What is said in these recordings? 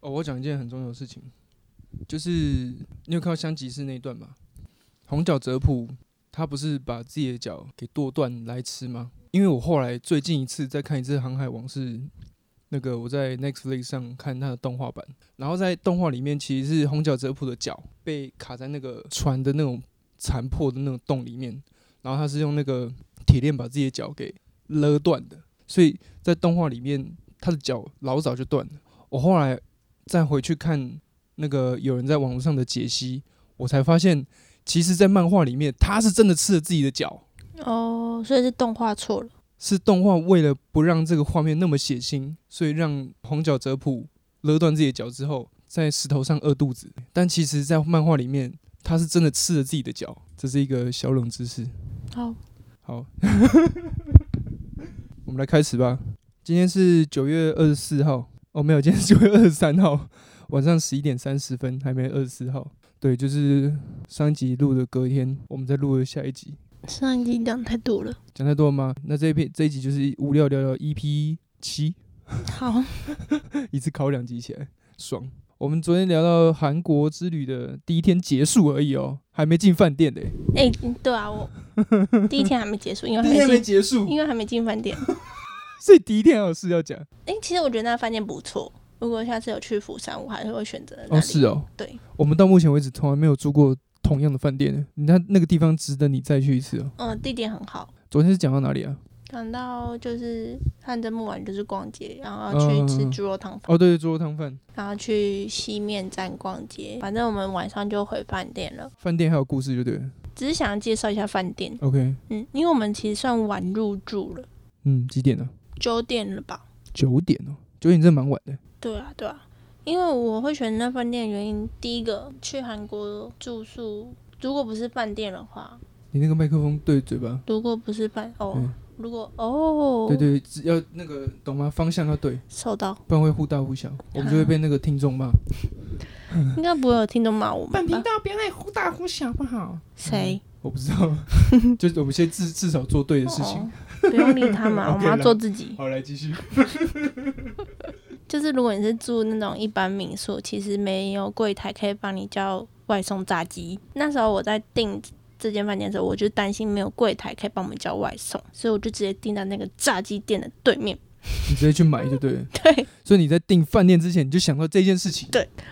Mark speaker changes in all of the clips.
Speaker 1: 哦，我讲一件很重要的事情，就是你有看到香吉士那一段吗？红脚泽普他不是把自己的脚给剁断来吃吗？因为我后来最近一次再看一次《航海王》是那个我在 Netflix 上看他的动画版，然后在动画里面其实是红脚泽普的脚被卡在那个船的那种残破的那种洞里面，然后他是用那个铁链把自己的脚给勒断的，所以在动画里面他的脚老早就断了。我后来再回去看那个有人在网络上的解析，我才发现，其实，在漫画里面他是真的吃了自己的脚，
Speaker 2: 哦，所以是动画错了。
Speaker 1: 是动画为了不让这个画面那么血腥，所以让红脚泽普勒断自己的脚之后，在石头上饿肚子。但其实，在漫画里面，他是真的吃了自己的脚，这是一个小冷知识。
Speaker 2: 好，
Speaker 1: 好， 我们来开始吧。今天是九月二十四号，哦，没有，今天是九月二十三号晚上十一点三十分，还没二十四号。对，就是上一集录的隔天，我们再录的下一集。
Speaker 2: 上一集讲太多了。
Speaker 1: 讲太多了吗？那这一篇这一集就是无聊聊聊 EP E 七，
Speaker 2: 好，
Speaker 1: 一次考两集起来，爽。我们昨天聊到韩国之旅的第一天结束而已哦，还没进饭店嘞、
Speaker 2: 哎、对啊，我第一天还没结束，因为还
Speaker 1: 第一天
Speaker 2: 没
Speaker 1: 没
Speaker 2: 进，
Speaker 1: 结束，
Speaker 2: 因为还没进饭店。
Speaker 1: 所以第一天还有事要讲。
Speaker 2: 哎、其实我觉得那饭店不错。如果下次有去釜山，我还是会选择那里。
Speaker 1: 哦，是哦，
Speaker 2: 对，
Speaker 1: 我们到目前为止从来没有住过同样的饭店，那那个地方值得你再去一次哦。
Speaker 2: 嗯、地点很好。
Speaker 1: 昨天是讲到哪里啊？
Speaker 2: 讲到就是汗蒸木完就是逛街，然后去吃
Speaker 1: 嗯
Speaker 2: 猪肉汤饭，
Speaker 1: 哦，对对，猪肉汤饭
Speaker 2: 然后去西面站逛街。反正我们晚上就回饭店了。
Speaker 1: 饭店还有故事就对了。
Speaker 2: 只是想要介绍一下饭店，
Speaker 1: OK，
Speaker 2: 嗯，因为我们其实算晚入住了，
Speaker 1: 嗯，几点呢、啊？
Speaker 2: 九点了吧？
Speaker 1: 九点哦，九点真的蛮晚的。
Speaker 2: 对啊，对啊，因为我会选那饭店的原因，第一个去韩国住宿，如果不是饭店的话，
Speaker 1: 你那个麦克风对嘴巴。
Speaker 2: 如果不是饭哦，
Speaker 1: 嗯
Speaker 2: 如果哦，
Speaker 1: 对对，只要那个懂吗？方向要对，
Speaker 2: 收到，
Speaker 1: 不然会忽大忽小，我
Speaker 2: 啊
Speaker 1: 们就会被那个听众骂。
Speaker 2: 应该不会有听众骂我们吧？
Speaker 1: 道不要太忽大忽小，不好。
Speaker 2: 谁？
Speaker 1: 我不知道， 就是我们先至至少做对的嗯事情
Speaker 2: 哦。不用理他们，我
Speaker 1: OK
Speaker 2: 们要
Speaker 1: 啦
Speaker 2: 做自己。
Speaker 1: 好，来继续。
Speaker 2: 就是如果你是住那种一般民宿，其实没有柜台可以帮你叫外送炸鸡。那时候我在订这间饭店的时候，我就担心没有柜台可以帮我们叫外送，所以我就直接订到那个炸鸡店的对面。
Speaker 1: 你直接去买就对了。
Speaker 2: 对，
Speaker 1: 所以你在订饭店之前，你就想到这件事情，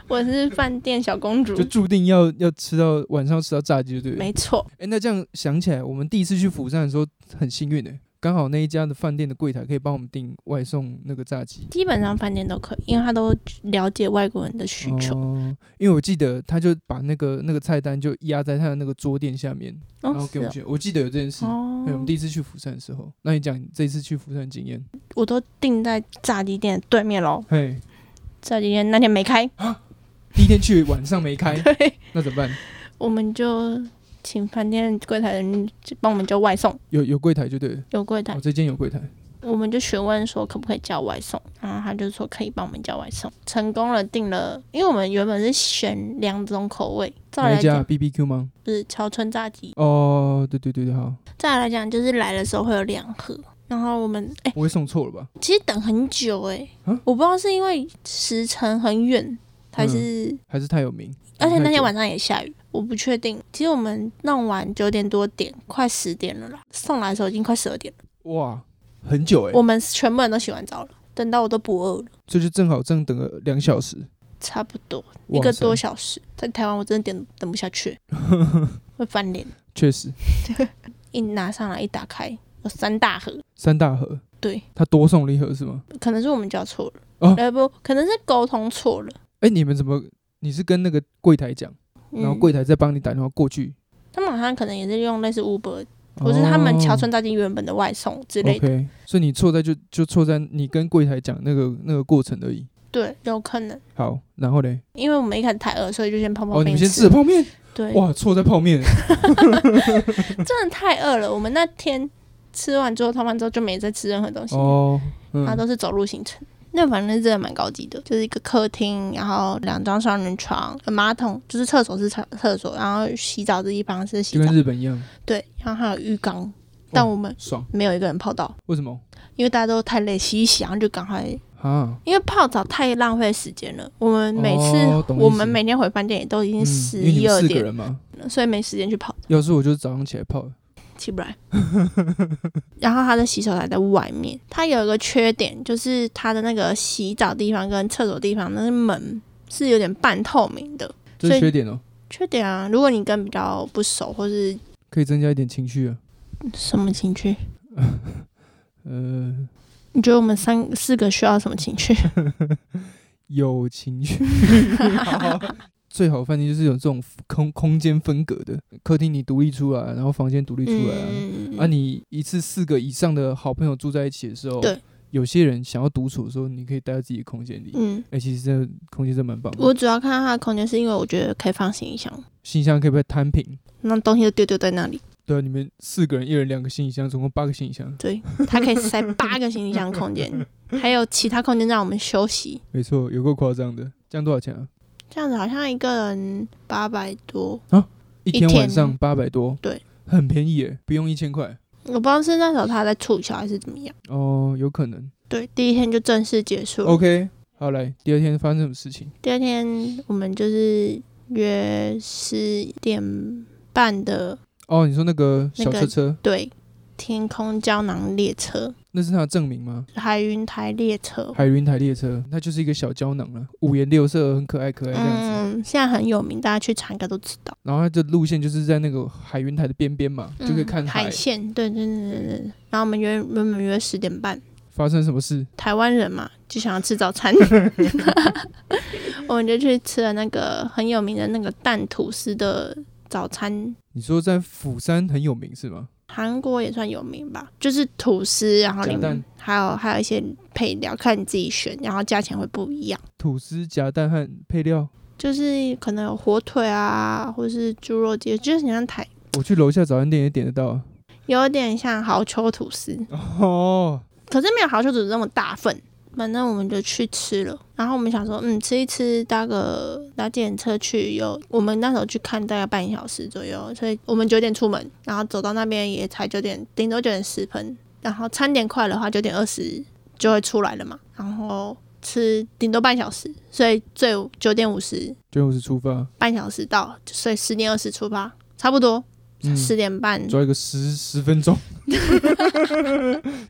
Speaker 2: 我是饭店小公主
Speaker 1: 就，注定要要吃到晚上吃到炸鸡，就对了。
Speaker 2: 嗯没错。
Speaker 1: 哎、那这样想起来，我们第一次去釜山的时候很幸运的、刚好那一家的饭店的柜台可以帮我们订外送那个炸鸡。
Speaker 2: 基本上饭店都可以，因为他都了解外国人的需求。
Speaker 1: 哦，因为我记得他就把那个那个菜单就压在他的那个桌垫下面，
Speaker 2: 哦，
Speaker 1: 然后给我们
Speaker 2: 是
Speaker 1: 选。我记得有这件事。
Speaker 2: 哦
Speaker 1: 对，我们第一次去釜山的时候，那你讲你这一次去釜山的经验？
Speaker 2: 我都订在炸鸡店的对面喽。
Speaker 1: 嘿，
Speaker 2: 炸鸡店那天没开，
Speaker 1: 第一天去晚上没 开，那怎么办？
Speaker 2: 我们就请饭店柜台人就帮我们叫外送，
Speaker 1: 有有柜台就对了。
Speaker 2: 有柜台
Speaker 1: 哦，。这间有柜台。
Speaker 2: 我们就询问说可不可以叫外送，然后他就说可以帮我们叫外送，成功了订了，因为我们原本是选两种口味，照理
Speaker 1: 哪
Speaker 2: 来
Speaker 1: 一家
Speaker 2: 讲
Speaker 1: ？B B Q 吗？
Speaker 2: 不是乔村炸鸡，
Speaker 1: 哦，对对对对，好，
Speaker 2: 照理来讲就是来的时候会有两盒，然后我们哎、
Speaker 1: 我会送错了吧？
Speaker 2: 其实等很久哎、
Speaker 1: 啊
Speaker 2: 我不知道是因为时程很远还是，
Speaker 1: 还是太有名？
Speaker 2: 而且那天
Speaker 1: 太久
Speaker 2: 晚上也下雨，我不确定。其实我们弄完九点多点，快十点了啦，送来的时候已经快十二点了，
Speaker 1: 哇，很久哎、
Speaker 2: 我们全部人都洗完澡了，等到我都不饿了，
Speaker 1: 这就正好正等了两小时，
Speaker 2: 差不多。一
Speaker 1: 哇
Speaker 2: 个
Speaker 1: 塞
Speaker 2: 多小时，在台湾我真的点等不 下去，会翻脸。
Speaker 1: 确实
Speaker 2: 一拿上来一打开，有三大盒，
Speaker 1: 三大盒，
Speaker 2: 对，
Speaker 1: 他多送了一盒是吗？
Speaker 2: 可能是我们叫错了，
Speaker 1: 哦
Speaker 2: 呃不，可能是沟通错了。
Speaker 1: 哎、你们怎么？你是跟那个柜台讲，
Speaker 2: 嗯
Speaker 1: 然后柜台再帮你打电话过去，
Speaker 2: 他们好像可能也是用类似 Uber，或是他们
Speaker 1: 哦
Speaker 2: 乔村大金原本的外送之类的，
Speaker 1: OK，所以你错在就就错在你跟柜台讲那个那个过程而已。
Speaker 2: 对，有可能。
Speaker 1: 好，然后嘞，
Speaker 2: 因为我们一开始太饿，所以就先泡泡
Speaker 1: 哦，你们
Speaker 2: 面
Speaker 1: 先吃
Speaker 2: 吃。
Speaker 1: 了泡面，
Speaker 2: 对，
Speaker 1: 哇，错在泡 面，
Speaker 2: 真的太饿了。我们那天吃完之后，泡完之后就没再吃任何东西了。
Speaker 1: 哦，
Speaker 2: 它
Speaker 1: 嗯，
Speaker 2: 都是走路行程。那反正真的蛮高级的，就是一个客厅，然后两张双人床，马桶就是厕所是厕厕所，然后洗澡的地方是洗
Speaker 1: 就跟
Speaker 2: 澡，
Speaker 1: 日本一样，
Speaker 2: 对，然后还有浴缸，但我们
Speaker 1: 爽，
Speaker 2: 没有一个人泡到，
Speaker 1: 为什么？
Speaker 2: 因为大家都太累，洗一洗，然后就赶快
Speaker 1: 啊，
Speaker 2: 因为泡澡太浪费时间了。我们每次、
Speaker 1: 哦懂意思
Speaker 2: 我们每天回饭店也都已经
Speaker 1: 嗯
Speaker 2: 十
Speaker 1: 因为你
Speaker 2: 一
Speaker 1: 们
Speaker 2: 二
Speaker 1: 四个
Speaker 2: 点
Speaker 1: 人嘛，
Speaker 2: 了，所以没时间去泡，
Speaker 1: 要是我就是早上起来泡，
Speaker 2: 起不来。 然后他的洗手台在外面，它有一个缺点就是它的那个洗澡地方跟厕所地方那个门是有点半透明的。
Speaker 1: 这
Speaker 2: 所
Speaker 1: 是
Speaker 2: 以
Speaker 1: 缺点哦、
Speaker 2: 缺点啊，如果你跟比较不熟或是
Speaker 1: 可以增加一点情绪啊。
Speaker 2: 什么情绪，
Speaker 1: 呃，
Speaker 2: 你觉得我们三四个需要什么情 绪？
Speaker 1: 有情绪， 好最好的饭店就是有这种空空间分隔的，客厅你独立出来，然后房间独立出来啊。
Speaker 2: 嗯
Speaker 1: 啊，你一次四个以上的好朋友住在一起的时候，
Speaker 2: 对，
Speaker 1: 有些人想要独处的时候，你可以待在自己的空间里。哎、
Speaker 2: 嗯，
Speaker 1: 其实这空间真蛮棒的。
Speaker 2: 我主要看到它的空间是因为我觉得可以放行李箱，
Speaker 1: 信箱可以被摊平。
Speaker 2: 那东西就丢丢在那 里，
Speaker 1: 对啊，你们四个人，一人两个行李箱，总共八个行李箱。
Speaker 2: 对，它可以塞八个行李箱的空 间，还有其他空间让我们休息。
Speaker 1: 没错，有够夸张的。这样多少钱啊？
Speaker 2: 这样子好像一个人八百多，
Speaker 1: 一
Speaker 2: 一
Speaker 1: 天晚
Speaker 2: 天
Speaker 1: 上八百多，
Speaker 2: 对，
Speaker 1: 很便宜耶，不用一千块。
Speaker 2: 我不知道是那时候他在促销还是怎么样。
Speaker 1: 哦，有可能。
Speaker 2: 对，第一天就正式结束了
Speaker 1: OK，好来，第二天发生什么事情？
Speaker 2: 第二天我们就是约十点半的
Speaker 1: 哦，你说那个小
Speaker 2: 那
Speaker 1: 车
Speaker 2: 个
Speaker 1: 车，
Speaker 2: 对天空胶囊列车、
Speaker 1: 那是它的证明吗？
Speaker 2: 海云台列车，
Speaker 1: 海云台列车，它就是一个小胶囊啊，五颜六色，很可爱可爱这样子。
Speaker 2: 嗯，现在很有名，大家去查应该都知道。
Speaker 1: 然后它的路线就是在那个海云台的边边嘛，就可以看
Speaker 2: 嗯
Speaker 1: 海。
Speaker 2: 海线，对对对对对。然后我们约原本约十点半，
Speaker 1: 发生什么事？
Speaker 2: 台湾人嘛就想要吃早餐，我们就去吃了那个很有名的那个蛋吐司的早餐，
Speaker 1: 你说在釜山很有名是吗？
Speaker 2: 韩国也算有名吧，就是吐司，然后里
Speaker 1: 夹蛋
Speaker 2: 面还有还有一些配料，看你自己选，然后价钱会不一样。
Speaker 1: 吐司夹蛋和配料。
Speaker 2: 就是可能有火腿啊，或是猪肉节，就是很像台，
Speaker 1: 我去楼下早餐店也点得到啊。
Speaker 2: 有点像豪丘吐司，
Speaker 1: 哦，
Speaker 2: 可是没有豪丘吐司那么大份。反正我们就去吃了，然后我们想说，嗯，吃一吃，搭个搭电车去，有我们那时候去看大概半小时左右，所以我们九点出门，然后走到那边也才九点，顶多九点十分，然后餐点快的话九点二十就会出来了嘛，然后吃顶多半小时，所以最九点五十
Speaker 1: 九点五十出发，
Speaker 2: 半小时到，所以十点二十出发，差不多
Speaker 1: 嗯
Speaker 2: 十点半。
Speaker 1: 抓一个十十分钟，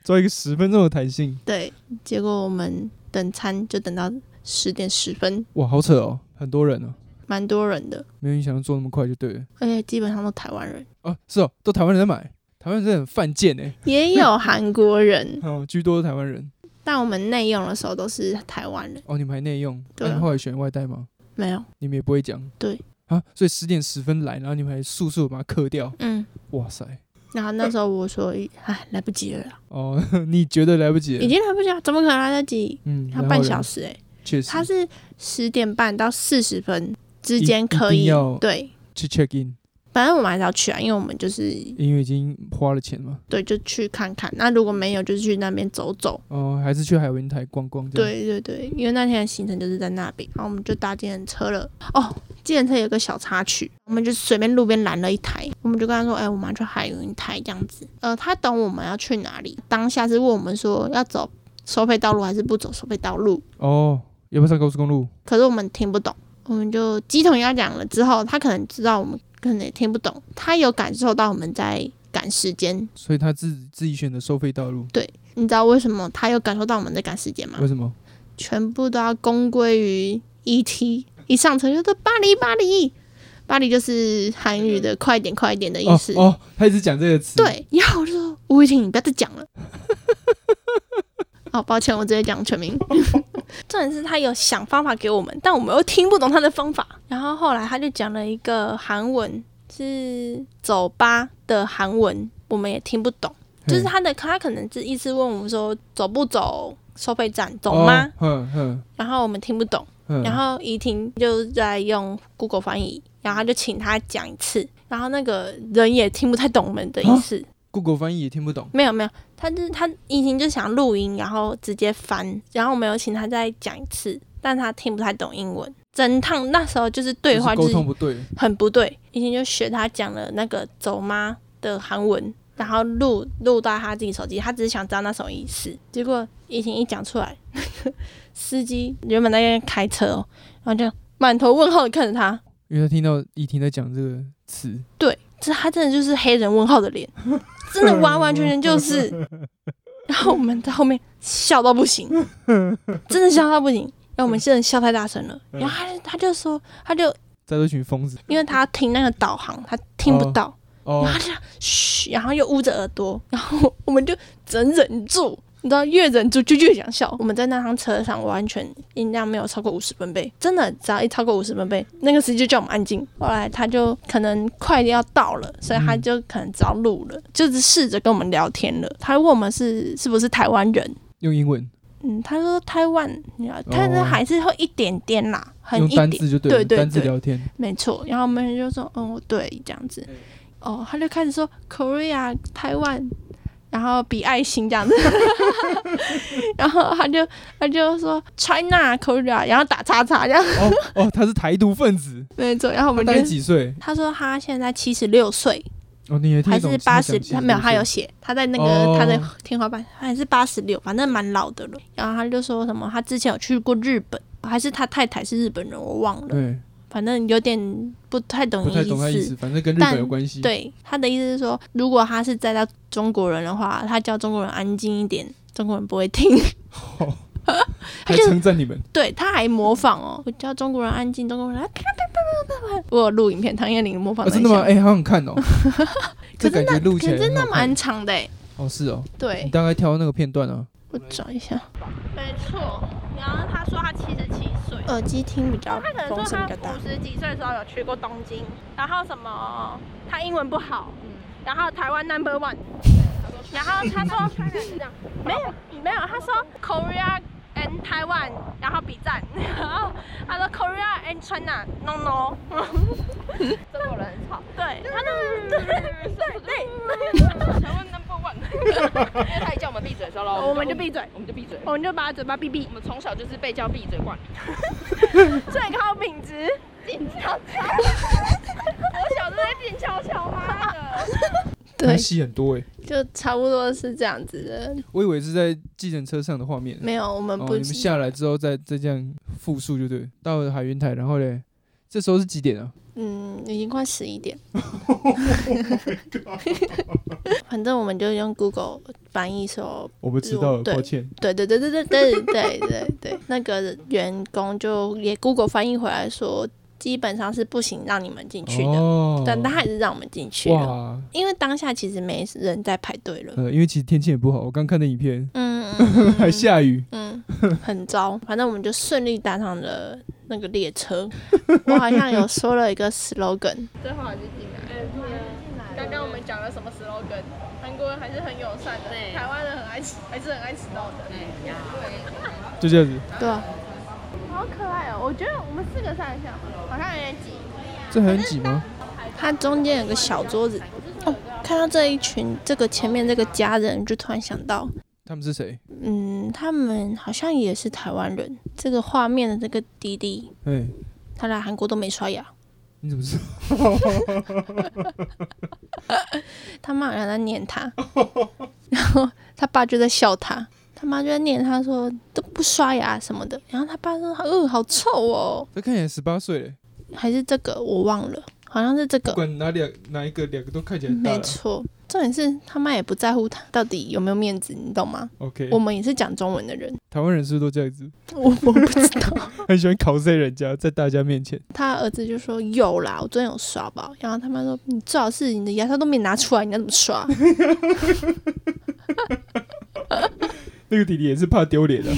Speaker 1: 抓一个十分钟的弹性。
Speaker 2: 对，结果我们等餐就等到十点十分，
Speaker 1: 哇，好扯哦，很多人哦，
Speaker 2: 蛮多人的，
Speaker 1: 没有你想象做那么快就对了。
Speaker 2: 而且基本上都台湾人，
Speaker 1: 哦，是哦，都台湾人在买，台湾人真的很犯贱哎，
Speaker 2: 也有韩 国人，
Speaker 1: 哦，居多是台湾人。
Speaker 2: 但我们内用的时候都是台湾人，
Speaker 1: 哦，你们还内用，
Speaker 2: 对
Speaker 1: 那
Speaker 2: 啊
Speaker 1: 你后来选外带吗？
Speaker 2: 没有，
Speaker 1: 你们也不会讲。
Speaker 2: 对
Speaker 1: 啊，所以十点十分来，然后你们还速速地把它刻掉。
Speaker 2: 嗯。
Speaker 1: 哇塞，
Speaker 2: 然后那时候我说，哎，来不及了啦，
Speaker 1: 哦， 你觉得来不及了？
Speaker 2: 已经来不及了，怎么可能来得及？
Speaker 1: 嗯，
Speaker 2: 他半小
Speaker 1: 时，
Speaker 2: 时哎、
Speaker 1: 确实，
Speaker 2: 他是十点半到四十分之
Speaker 1: 一
Speaker 2: 间
Speaker 1: 一
Speaker 2: 可
Speaker 1: 定
Speaker 2: 以
Speaker 1: 要，
Speaker 2: 对，
Speaker 1: 去 check in，
Speaker 2: 反正我们还是要去啊，因为我们就是
Speaker 1: 因为已经花了钱嘛。
Speaker 2: 对，就去看看。那如果没有，就去那边走走。
Speaker 1: 哦，还是去海云台逛逛这样。
Speaker 2: 对对对，因为那天的行程就是在那边，然后我们就搭计程车了。哦，计程车有个小插曲，我们就随便路边拦了一台，我们就跟他说：“哎、我们要去海云台这样子。”呃，他懂我们要去哪里，当下是问我们说要走收费道路还是不走收费道路，
Speaker 1: 哦，要不要上高速公路？
Speaker 2: 可是我们听不懂，我们就鸡同鸭讲了之后，他可能知道我们可能也听不懂，他有感受到我们在赶时间。
Speaker 1: 所以他自自己选的收费道路，
Speaker 2: 你知道为什么他有感受到我们在赶时间吗？
Speaker 1: 为什么？
Speaker 2: 全部都要公归于 ET，一上车就说巴黎巴黎，巴黎就是韩语的快点快点的意
Speaker 1: 哦
Speaker 2: 思。
Speaker 1: 哦，他一直讲这个词。，
Speaker 2: 对，然后我就说吴雨婷，你不要再讲了。 哦，抱歉，我直接讲全名。 重点是他有想方法给我们，但我们又听不懂他的方法。然后后来他就讲了一个韩文，是走吧的韩文，我们也听不懂。就是他的，他可能是意思问我们说走不走收费站，走吗？
Speaker 1: 哦哼哼
Speaker 2: 然后我们听不懂，
Speaker 1: 哼。
Speaker 2: 然后怡婷就在用 Google 翻译，然后就请他讲一次，然后那个人也听不太懂我们的意思，
Speaker 1: Google 翻译也听不懂。
Speaker 2: 没有没有，他就是他怡婷就想录音，然后直接翻，然后我们有请他再讲一次，但他听不太懂英文，整趟那时候就是对话
Speaker 1: 就
Speaker 2: 就是
Speaker 1: 沟
Speaker 2: 是
Speaker 1: 通不对，
Speaker 2: 很不对，怡婷就学他讲了那个走吗的韩文。然后录录到他自己手机，他只是想知道那什么意思。结果怡婷一讲出来，司机原本在那边开车哦，然后就满头问号的看着他，
Speaker 1: 因为他听到怡婷在讲这个词，
Speaker 2: 对，这他真的就是黑人问号的脸， 真的完完全全就是。然后我们在后面笑到不行，真的笑到不行，因为我们真的笑太大声了。然后他就他就说，他就
Speaker 1: 在这群疯子
Speaker 2: 因为他听那个导航，他听不
Speaker 1: 哦
Speaker 2: 到，
Speaker 1: 哦
Speaker 2: 然后，他就嘘，然后又捂着耳朵，然后我们就整忍住，你知道，越忍住就越想笑。我们在那趟车上完全音量没有超过五十分贝，真的，只要一超过五十分贝，那个司机就叫我们安静。后来他就可能快要到了，所以他
Speaker 1: 嗯
Speaker 2: 就可能找路了，就是试着跟我们聊天了。他问我们是是不是台湾人，
Speaker 1: 用英文
Speaker 2: 嗯，他说台湾，你知道，但是
Speaker 1: 哦
Speaker 2: 还是会一点点啦，很
Speaker 1: 用
Speaker 2: 一
Speaker 1: 单
Speaker 2: 点。
Speaker 1: 字就对
Speaker 2: 对
Speaker 1: 了，
Speaker 2: 对
Speaker 1: 单字
Speaker 2: 对
Speaker 1: 聊天，
Speaker 2: 没错，然后我们就说，嗯，对，这样子
Speaker 1: 对。
Speaker 2: 哦，他就开始说 Korea 台湾，然后比爱心这 样子，然后他就他就说 China Korea，然后打叉叉这样，
Speaker 1: 哦哦，他是台独分子，
Speaker 2: 没错。然后我
Speaker 1: 他
Speaker 2: 们就
Speaker 1: 大概几岁？
Speaker 2: 他说他现在七十六岁，
Speaker 1: 哦，你也听
Speaker 2: 还
Speaker 1: 得懂
Speaker 2: 是
Speaker 1: 他
Speaker 2: 八
Speaker 1: 讲
Speaker 2: 十，
Speaker 1: 其实
Speaker 2: 他没有，
Speaker 1: 就是
Speaker 2: 他有写，他在那个、
Speaker 1: 哦
Speaker 2: 他的天花板还是八十六，反正蛮老的了。然后他就说什么，他之前有去过日本，还是他太太是日本人，我忘了，
Speaker 1: 对，
Speaker 2: 反正有点不太懂
Speaker 1: 不太懂他意思，反正跟日
Speaker 2: 但
Speaker 1: 本有关系。，
Speaker 2: 对，他的意思是说，如果他是再到中国人的话，他叫中国人安静一点，中国人不会听。
Speaker 1: 哦 还
Speaker 2: 就
Speaker 1: 称赞你们，
Speaker 2: 对，他还模仿哦，我叫中国人安静，中国人啊，啪啪啪啪啪啪。我有录影片，唐嫣玲模仿
Speaker 1: 啊
Speaker 2: 得
Speaker 1: 真
Speaker 2: 很
Speaker 1: 的
Speaker 2: 像、
Speaker 1: 吗？哎，好想 看哦，这
Speaker 2: 可是
Speaker 1: 感觉
Speaker 2: 那
Speaker 1: 录
Speaker 2: 可
Speaker 1: 起来
Speaker 2: 是那
Speaker 1: 很好看
Speaker 2: 蛮长的哎，
Speaker 1: 哦，是哦，你
Speaker 2: 对，
Speaker 1: 大概挑那个片段啊，
Speaker 2: 我找一下。没错，然后他说他七十七岁。
Speaker 3: 耳机听比较
Speaker 2: 他可能
Speaker 3: 风
Speaker 2: 说
Speaker 3: 声
Speaker 2: 他
Speaker 3: 比较大
Speaker 2: 五。十几岁的时候有去过东京，然后什么他英文不好，然后台湾 number one，然后他说没有没有，他说 Korea and 台湾，然后比赞，然后他说 Korea and China no no，
Speaker 4: 中国人很吵，
Speaker 2: 对，他就是对对对，
Speaker 4: 台湾 number one，因为他一叫我们闭嘴的时候咯，
Speaker 2: 我们就闭嘴，
Speaker 4: 我们就闭嘴。
Speaker 2: 我们就把他嘴巴闭闭
Speaker 4: 我，们从小就是被叫闭嘴惯，
Speaker 2: 最高品质。
Speaker 4: 静悄悄。我小时候在静悄悄，妈的。
Speaker 1: 他戏很多哎，
Speaker 2: 就差不多是这样子的。
Speaker 1: 我以为是在计程车上的画面，
Speaker 2: 没有，我们
Speaker 1: 哦，你们下来之后再再这样复述就对。到了海云台，然后嘞，这时候是几点啊？
Speaker 2: 嗯，已经快十 一点。
Speaker 1: Oh
Speaker 2: 反正我们就用 Google 翻译说，
Speaker 1: 我不
Speaker 2: 知道了对抱
Speaker 1: 歉。
Speaker 2: 对对对对对对对对对，那个员工就也 Google 翻译回来说，基本上是不行让你们进去的，
Speaker 1: 哦，
Speaker 2: 但他还是让我们进去了，
Speaker 1: 哇，
Speaker 2: 因为当下其实没人在排队了。
Speaker 1: 呃，因为其实天气也不好，我刚看的影片，
Speaker 2: 嗯，嗯嗯
Speaker 1: 还下雨，
Speaker 2: 嗯，很糟。反正我们就顺利搭上了那个列车。我好像有说了一个 slogan，
Speaker 4: 最后还是进来。刚刚我们讲了什么 slogan？韩国人还是很友善的，台湾人很爱吃，还是很爱迟到的。
Speaker 1: 就这样子。
Speaker 2: 对啊，
Speaker 4: 好可爱哦！我觉得我们四个上一下，好像有点挤。
Speaker 1: 这还很挤吗？
Speaker 2: 它中间有个小桌子。哦，看到这一群这个前面这个家人，就突然想到，
Speaker 1: 他们是谁？
Speaker 2: 嗯，他们好像也是台湾人。这个画面的这个弟弟，
Speaker 1: 哎，
Speaker 2: 他来韩国都没刷牙，
Speaker 1: 你怎么知道？
Speaker 2: 他妈好像在念他，然后他爸就在笑他，他妈就在念他说都不刷牙什么的。然后他爸说，呃，好臭哦，
Speaker 1: 这看起来十八岁嘞，
Speaker 2: 还是这个我忘了，好像是这
Speaker 1: 不
Speaker 2: 个，
Speaker 1: 管哪两哪一个，两个都看起来很大
Speaker 2: 没
Speaker 1: 了。
Speaker 2: 错。重点是他妈也不在乎他到底有没有面子，你懂吗？
Speaker 1: OK，
Speaker 2: 我们也是讲中文的人，
Speaker 1: 台湾人是不是都这样子？
Speaker 2: 我我不知道。
Speaker 1: 很喜欢 cos 人家，在大家面前。
Speaker 2: 他儿子就说有啦，我昨天有刷吧。然后他妈说你最好是你的牙刷都没拿出来，你要怎么刷？
Speaker 1: 那个弟弟也是怕丢脸的，啊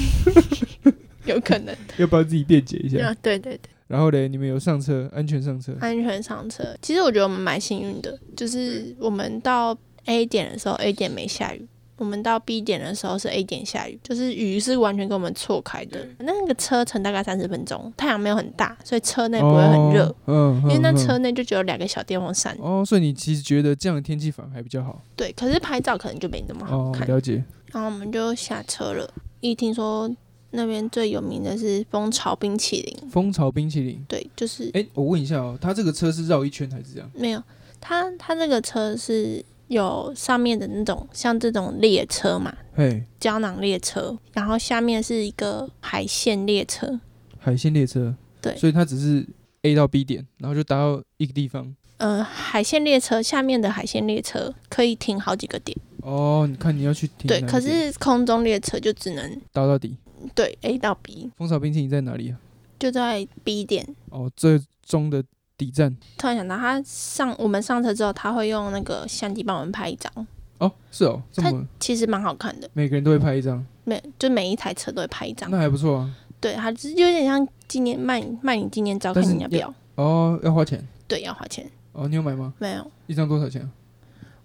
Speaker 2: 有可能。
Speaker 1: 要不要自己辩解一下？
Speaker 2: 啊，对对对，
Speaker 1: 然后嘞，你们有上车，安全上车。
Speaker 2: 安全上车。其实我觉得我们蛮幸运的，就是我们到 A 点的时候，A 点没下雨。我们到 B 点的时候是 A 点下雨，就是雨是完全跟我们错开的。那个车程大概三十分钟，太阳没有很大，所以车内不会很热，
Speaker 1: 哦。嗯，
Speaker 2: 因为那
Speaker 1: 嗯嗯
Speaker 2: 车内就只有两个小电风扇。
Speaker 1: 哦，所以你其实觉得这样的天气反而还比较好
Speaker 2: 对，可是拍照可能就没那么好
Speaker 1: 哦
Speaker 2: 看。，
Speaker 1: 了解。
Speaker 2: 然后我们就下车了。一听说那边最有名的是蜂巢冰淇淋，
Speaker 1: 蜂巢冰淇淋，
Speaker 2: 对，就是
Speaker 1: 哎、我问一下哦，它这个车是绕一圈还是这样？
Speaker 2: 没有它，它这个车是有上面的那种像这种列车嘛，
Speaker 1: 嘿，
Speaker 2: 胶囊列车，然后下面是一个海线列车，
Speaker 1: 海鲜列车，
Speaker 2: 对
Speaker 1: 所以它只是 A 到 B 点，然后就达到一个地方。
Speaker 2: 呃，海线列车下面的海线列车可以停好几个点，
Speaker 1: 哦，你看你要去停
Speaker 2: 对，
Speaker 1: 哪一
Speaker 2: 可
Speaker 1: 点
Speaker 2: 是空中列车就只能
Speaker 1: 搭到底。
Speaker 2: 对 A 到 B，
Speaker 1: 蜂巢冰淇淋在哪里啊？
Speaker 2: 就在 B 点。
Speaker 1: 哦，最终的底站。
Speaker 2: 突然想到，他上我们上车之后，他会用那个相机帮我们拍一张，
Speaker 1: 哦，是哦，这
Speaker 2: 它
Speaker 1: 么
Speaker 2: 其实蛮好看的，
Speaker 1: 每个人都会拍一张，
Speaker 2: 每就每一台车都会拍一张
Speaker 1: 那。还不错啊。
Speaker 2: 对，它就是有点像纪念卖卖你纪念照，
Speaker 1: 但
Speaker 2: 看
Speaker 1: 是
Speaker 2: 你要不要。
Speaker 1: 哦，要花钱。
Speaker 2: 对，要花钱。
Speaker 1: 哦，你有买吗？
Speaker 2: 没有，
Speaker 1: 一张多少钱啊？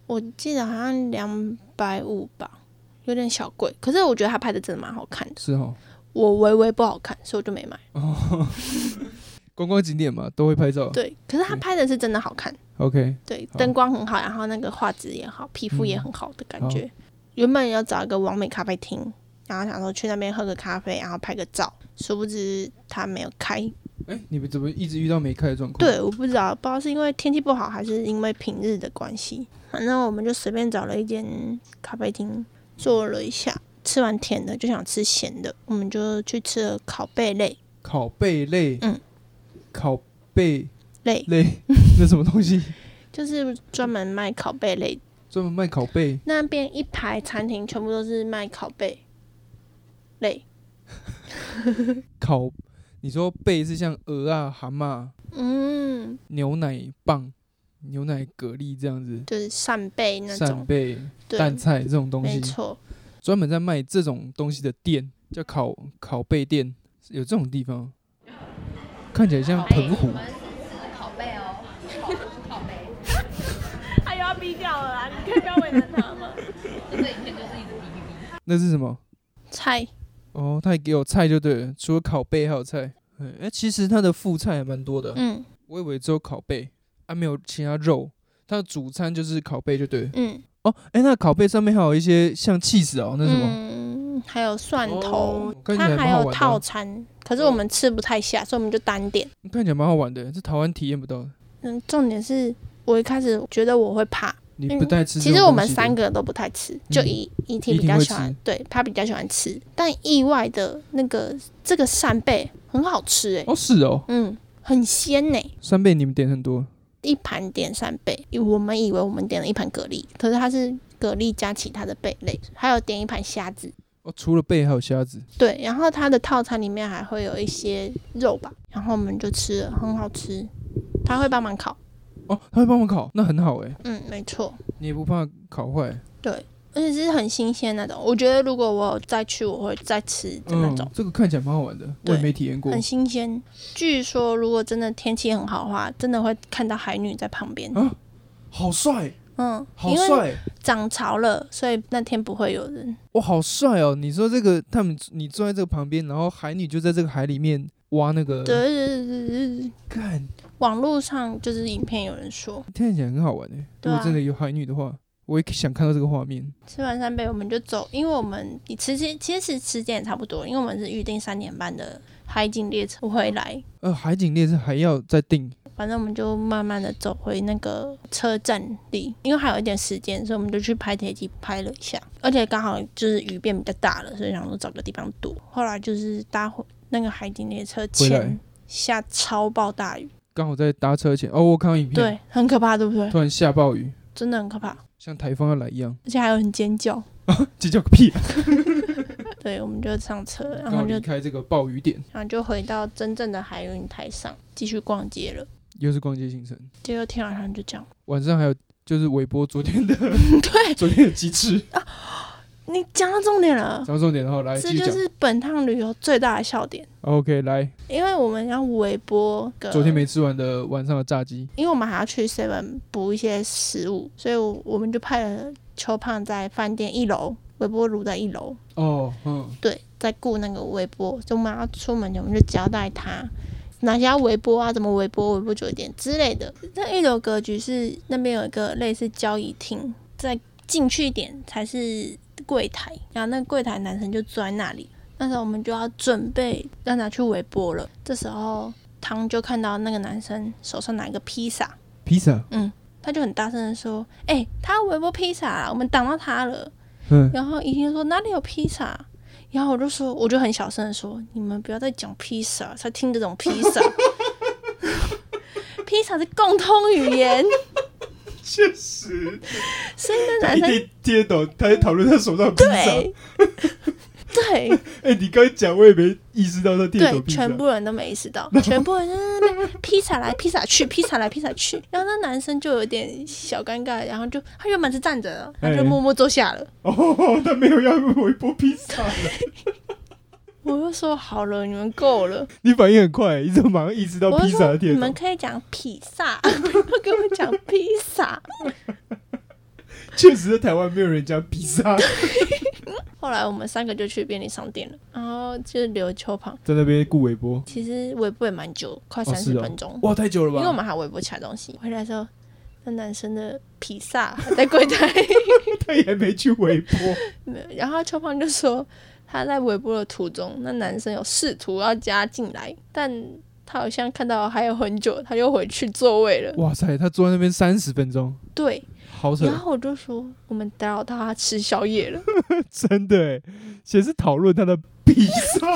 Speaker 2: 我记得好像两百五吧，有点小贵。可是我觉得他拍的真的蛮好看的，
Speaker 1: 是哦。
Speaker 2: 我微微不好看，所以我就没买。
Speaker 1: 哦，观光景点嘛，都会拍照。
Speaker 2: 对，可是他
Speaker 1: 对
Speaker 2: 拍的是真的好看，
Speaker 1: OK，
Speaker 2: 对，
Speaker 1: 好
Speaker 2: 灯光很好，然后那个画质也好，皮肤也
Speaker 1: 嗯
Speaker 2: 很好的感觉。原本要找一个完美咖啡厅，然后想说去那边喝个咖啡，然后拍个照，殊不知他没有开。
Speaker 1: 哎、你们怎么一直遇到没开的状况？，
Speaker 2: 对，我不知道，不知道是因为天气不好，还是因为平日的关系。反正我们就随便找了一间咖啡厅坐了一下，吃完甜的就想吃咸的，我们就去吃了烤贝类
Speaker 1: 烤贝类，
Speaker 2: 嗯，
Speaker 1: 烤贝
Speaker 2: 类，
Speaker 1: 类， 那什么东西？
Speaker 2: 就是专门卖烤贝类。
Speaker 1: 专门卖烤贝，
Speaker 2: 那边一排餐厅全部都是卖烤贝类，
Speaker 1: 烤，你说贝是像鹅啊、蛤蟆、
Speaker 2: 嗯，
Speaker 1: 牛奶棒、牛奶蛤蜊这样子，
Speaker 2: 就是扇贝那
Speaker 1: 扇
Speaker 2: 种，
Speaker 1: 贝、
Speaker 2: 对，
Speaker 1: 蛋菜这种东
Speaker 2: 没
Speaker 1: 西，
Speaker 2: 错，
Speaker 1: 专门在卖这种东西的店叫烤烤贝店，有这种地方，看起来像澎湖。
Speaker 4: 他又要逼掉了啦，你可以不要为难他 吗？
Speaker 1: 那是什么？
Speaker 2: 菜
Speaker 1: 哦，他也给我菜就对了，除了烤贝还有菜。哎、哎其实它的副菜还蛮多的，
Speaker 2: 嗯
Speaker 1: 我以为只有烤贝，啊没有其他肉。它的主餐就是烤贝就对了。
Speaker 2: 嗯，
Speaker 1: 哦，哎、那烤贝上面还有一些像 cheese 哦，那什么？
Speaker 2: 嗯，还有蒜头
Speaker 1: 哦，看起来
Speaker 2: 它
Speaker 1: 蛮
Speaker 2: 还
Speaker 1: 好玩
Speaker 2: 有
Speaker 1: 的
Speaker 2: 套餐，可是我们吃不太下，所以我们就单点。
Speaker 1: 看起来蛮好玩的，这台湾体验不到的。
Speaker 2: 嗯，重点是我一开始觉得我会怕，
Speaker 1: 你
Speaker 2: 嗯
Speaker 1: 不带吃这
Speaker 2: 其
Speaker 1: 种东西的、嗯
Speaker 2: 实我们三个都不太吃，就以以婷比较喜
Speaker 1: 怡婷会
Speaker 2: 欢
Speaker 1: 吃，
Speaker 2: 对她比较喜欢吃，但意外的那个这个扇贝很好吃哎、
Speaker 1: 哦，是哦，
Speaker 2: 嗯，很鲜呢、
Speaker 1: 三倍你们点很多，
Speaker 2: 一盘点扇贝，我们以为我们点了一盘蛤蜊，可是它是蛤蜊加其他的贝类，还有点一盘虾子。
Speaker 1: 哦，除了贝还有虾子，
Speaker 2: 对，然后它的套餐里面还会有一些肉吧，然后我们就吃了，很好吃。他会帮忙烤，
Speaker 1: 哦，他会帮我烤，那很好哎，
Speaker 2: 嗯，没错，
Speaker 1: 你也不怕烤坏，
Speaker 2: 而且是很新鲜那种。我觉得如果我有再去，我会再吃的那种
Speaker 1: 嗯，，这个看起来蛮好玩的，我
Speaker 2: 对
Speaker 1: 也没体验过
Speaker 2: 很新鲜。据说如果真的天气很好的话，真的会看到海女在旁边。
Speaker 1: 啊，好帅，
Speaker 2: 嗯，
Speaker 1: 好
Speaker 2: 因为
Speaker 1: 帅，嗯
Speaker 2: 涨潮了，所以那天不会有人。
Speaker 1: 哇，好帅哦！你说这个，他们你坐在这个旁边，然后海女就在这个海里面挖那个，
Speaker 2: 对对对对对对，
Speaker 1: 看
Speaker 2: 网络上就是影片有人说，
Speaker 1: 听起来很好玩哎。如
Speaker 2: 对啊
Speaker 1: 果真的有海女的话，我也想看到这个画面。
Speaker 2: 吃完三杯我们就走，因为我们你其实其实时间也差不多，因为我们是预定三点半的海景列车回来，
Speaker 1: 呃，海景列车还要再定，
Speaker 2: 反正我们就慢慢的走回那个车站里，因为还有一点时间，所以我们就去拍铁机拍了一下，而且刚好就是雨变比较大了，所以想说找个地方躲。后来就是搭回那个海景列车
Speaker 1: 回来
Speaker 2: 前下超暴大雨，
Speaker 1: 刚好在搭车前，哦，我看到影片，
Speaker 2: 对，很可怕，对不对？
Speaker 1: 突然下暴雨，
Speaker 2: 真的很可怕，
Speaker 1: 像台风要来一样，
Speaker 2: 而且还有人尖叫。
Speaker 1: 这叫个屁、 啊！
Speaker 2: 对，我们就上车，然
Speaker 1: 刚好
Speaker 2: 后就
Speaker 1: 离开这个暴雨点，
Speaker 2: 然后就回到真正的海云台上继续逛街了。
Speaker 1: 又是逛街行程，
Speaker 2: 结果天晚上就这样，
Speaker 1: 晚上还有就是微波昨天的
Speaker 2: 对
Speaker 1: 昨天的鸡翅，
Speaker 2: 你讲到重点了
Speaker 1: 然，后重点，然后来继
Speaker 2: 哦这
Speaker 1: 续
Speaker 2: 就
Speaker 1: 讲。
Speaker 2: 是本趟旅游最大的笑点，
Speaker 1: OK，来，
Speaker 2: 因为我们要微波个，
Speaker 1: 昨天没吃完的晚上的炸鸡，
Speaker 2: 因为我们还要去 Seven 补一些食物，所以我我们就派了邱胖在饭店一楼微波炉在一楼，
Speaker 1: 哦，嗯。
Speaker 2: 对，在顾那个微波，就我们要出门前我们就交代他。哪些要微波啊？怎么微波？微波酒店之类的。那一楼格局是那边有一个类似交易厅，再进去一点才是柜台，然后那个柜台男生就坐在那里。那时候我们就要准备让他去微波了。这时候汤就看到那个男生手上拿一个披萨，
Speaker 1: 披萨，
Speaker 2: 嗯，他就很大声的说：“哎、他微波披萨啊，我们挡到他了。”
Speaker 1: 嗯，
Speaker 2: 然后怡婷就说哪里有披萨？然后我就说，我就很小声的说，你们不要再讲披萨，才听得懂披萨。 披萨是共通语言，
Speaker 3: 确实，
Speaker 2: 所以那
Speaker 3: 他
Speaker 2: 男
Speaker 3: 一
Speaker 2: 生
Speaker 3: 定听得懂，他在讨论他手上的披萨。
Speaker 2: 对对
Speaker 3: 哎、你刚刚讲我也没意识到他听得
Speaker 2: 对
Speaker 3: 懂，披萨
Speaker 2: 全。部人都没意识 到，全部人就是那边披萨来披萨去，披萨来披萨去。然后那男生就有点小尴尬，然后就他原本是站着的，他
Speaker 3: 哎
Speaker 2: 就默默坐下了。
Speaker 3: 哦，他没有要微波披萨了。
Speaker 2: 我就说好了，你们够了。
Speaker 3: 你反应很快，你怎么马上意识到
Speaker 2: 我
Speaker 3: 披
Speaker 2: 就
Speaker 3: 萨
Speaker 2: 说
Speaker 3: 的
Speaker 2: 你
Speaker 3: 听得
Speaker 2: 们
Speaker 3: 懂？
Speaker 2: 可以讲披萨， 不要跟我讲披萨。
Speaker 3: 确实，在台湾没有人讲披 萨，
Speaker 2: 后来我们三个就去便利商店了，然后就是留秋旁，
Speaker 3: 在那边顾微波。
Speaker 2: 其实微波也蛮久，快
Speaker 3: 哦
Speaker 2: 三
Speaker 3: 是
Speaker 2: 十
Speaker 3: 哦
Speaker 2: 分钟，
Speaker 1: 哇，太久了
Speaker 2: 因为我
Speaker 1: 吧？
Speaker 2: 们还微波其他东西。回来的时候，那男生的披萨还在柜台，
Speaker 3: 他也没去微波，
Speaker 2: 没有然后秋胖就说他在微波的途中，那男生有试图要加进来，但他好像看到还有很久，他又回去座位了。
Speaker 1: 哇塞，他坐在那边三十分钟，
Speaker 2: 对，
Speaker 1: 好扯
Speaker 2: 然，后我就说我们打扰到他吃宵夜了。
Speaker 3: 真的欸，先是讨论他的披萨，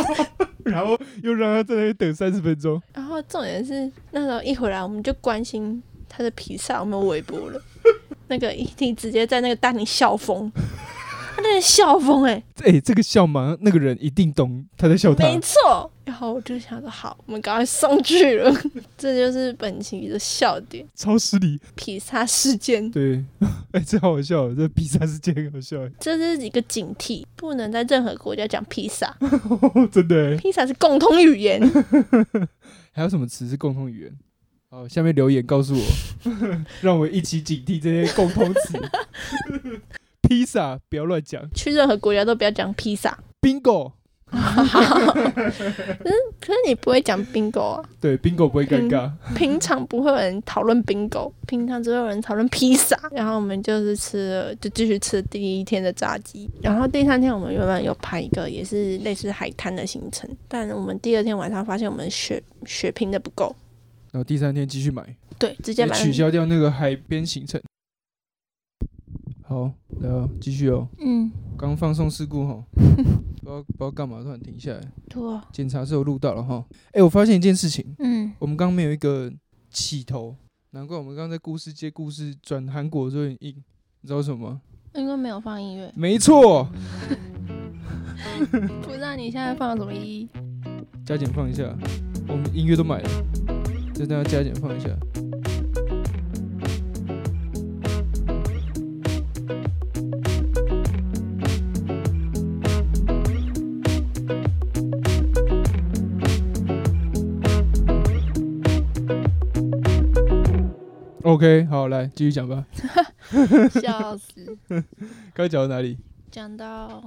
Speaker 3: 然后又让他在那边等三十分钟。
Speaker 2: 然后重点是那时候一回来，我们就关心他的披萨有没有微波了。 那个一定直接在那个大厅笑疯，他那个笑疯哎、
Speaker 1: 哎、这个笑嘛，那个人一定懂。
Speaker 3: 他在笑他，
Speaker 2: 没错。然后我就想说，好，我们赶快送去了。 这就是本期的笑点，
Speaker 3: 超失礼。
Speaker 2: 披萨事件，
Speaker 3: 对， 哎、这好好笑哦，这披萨事件很好笑欸，
Speaker 2: 这是一个警惕，不能在任何国家讲披萨，
Speaker 3: 真的欸。
Speaker 2: 披萨是共通语言。
Speaker 1: 还有什么词是共同语言？好，下面留言告诉我，
Speaker 3: 让我一起警惕这些共通词。 披萨不要乱讲
Speaker 2: 去任何国家都不要讲披萨，
Speaker 3: ，bingo。
Speaker 2: 可是你不会讲 bingo 啊。
Speaker 3: 对，bingo 不会尴
Speaker 2: 嗯
Speaker 3: 尬。
Speaker 2: 平常不会有人讨论 bingo，平常只会有人讨论披萨。 然后我们就是吃了，就继续吃第一天的炸鸡。然后第三天我们原本有排一个也是类似海滩的行程，但我们第二天晚上发现我们血血拼的不够，
Speaker 1: 然后第三天继续买，
Speaker 2: 对，直接
Speaker 1: 也
Speaker 2: 买
Speaker 1: 取消掉那个海边行程。好，然后继续哦。
Speaker 2: 嗯，
Speaker 1: 刚放送事故 哈，不知道不知道干嘛突然停下来，
Speaker 2: 对啊，
Speaker 1: 检查是有录到了哈。哎、我发现一件事情，
Speaker 2: 嗯，
Speaker 1: 我们刚刚没有一个起头，难怪我们刚刚在故事接故事转韩国的时候很硬，你知道为什么吗？
Speaker 2: 因为没有放音乐，
Speaker 1: 没错，
Speaker 2: 不知道你现在放什么音。
Speaker 1: 加减放一下，我们音乐都买了，就这样加减放一下。OK，好，来继续讲吧。
Speaker 2: 笑死，
Speaker 1: 刚才讲到哪里？
Speaker 2: 讲到，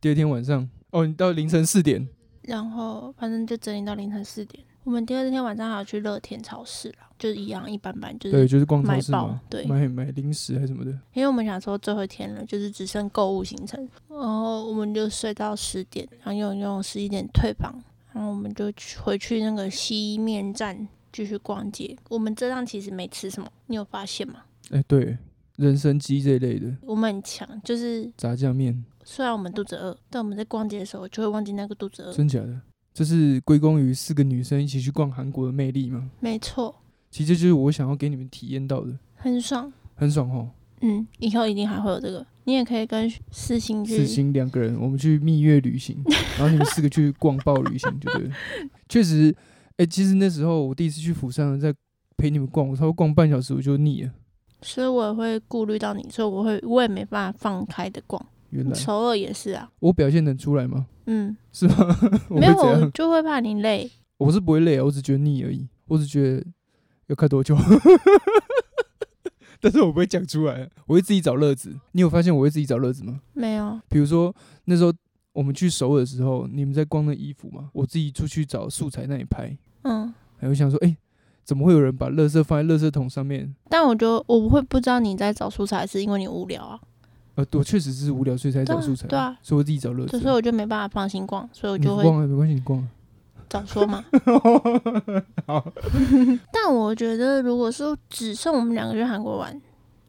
Speaker 1: 第二天晚上，哦，你到凌晨四点，
Speaker 2: 然后反正就整理到凌晨四点。我们第二天晚上还要去乐天超市了，就是一样一般般，就
Speaker 1: 对，
Speaker 2: 是
Speaker 1: 就是逛超
Speaker 2: 买
Speaker 1: 市
Speaker 2: 爆
Speaker 1: 嘛，
Speaker 2: 对
Speaker 1: 买买零食还是什么的。
Speaker 2: 因为我们想说最后一天了，就是只剩购物行程，然后我们就睡到十点，然后用用十一点退房，然后我们就去回去那个西面站继续逛街。我们这趟其实没吃什么，你有发现吗？
Speaker 1: 哎、对，人参鸡这一类的
Speaker 2: 我们很强，就是
Speaker 1: 炸酱面，
Speaker 2: 虽然我们肚子饿，但我们在逛街的时候就会忘记那个肚子饿。
Speaker 1: 真假的？这是归功于四个女生一起去逛韩国的魅力吗？
Speaker 2: 没错，
Speaker 1: 其实这就是我想要给你们体验到的，
Speaker 2: 很爽。
Speaker 1: 很爽哦。
Speaker 2: 嗯，以后一定还会有这个。你也可以跟四星
Speaker 1: 四
Speaker 2: 去，
Speaker 1: 星两个人，我们去蜜月旅行，然后你们四个去逛爆旅行，就对了。确实，哎、其实那时候我第一次去釜山，在陪你们逛，我差不多逛半小时我就腻了。
Speaker 2: 所以我也会顾虑到你，所以我会我也没办法放开的逛。
Speaker 1: 原来
Speaker 2: 首尔也是啊，
Speaker 1: 我表现能出来吗？
Speaker 2: 嗯，
Speaker 1: 是吗？我
Speaker 2: 没有，
Speaker 1: 会怎
Speaker 2: 我
Speaker 1: 样？
Speaker 2: 就会怕你累。
Speaker 1: 我是不会累啊，我只觉得腻而已，我只觉得要看 多久。 但是我不会讲出来，啊我会自己找乐子。你有发现我会自己找乐子吗？
Speaker 2: 没有，
Speaker 1: 比如说那时候我们去首尔的时候，你们在逛那衣服嘛，我自己出去找素材那里拍，
Speaker 2: 嗯，
Speaker 1: 然后想说，哎、怎么会有人把垃圾放在垃圾桶上面？
Speaker 2: 但我就我不会不知道你在找素材，是因为你无聊啊，
Speaker 1: 呃，我确实是无聊，所以才找素材，
Speaker 2: 对啊对啊
Speaker 1: 所以我自己找乐
Speaker 2: 所
Speaker 1: 子
Speaker 2: 以。我就没办法放心逛，所以我
Speaker 1: 你
Speaker 2: 就
Speaker 1: 不
Speaker 2: 会
Speaker 1: 逛啊，没关系，你逛啊。
Speaker 2: 早说嘛。
Speaker 3: 好，好。
Speaker 2: 但我觉得，如果说只剩我们两个去韩国玩，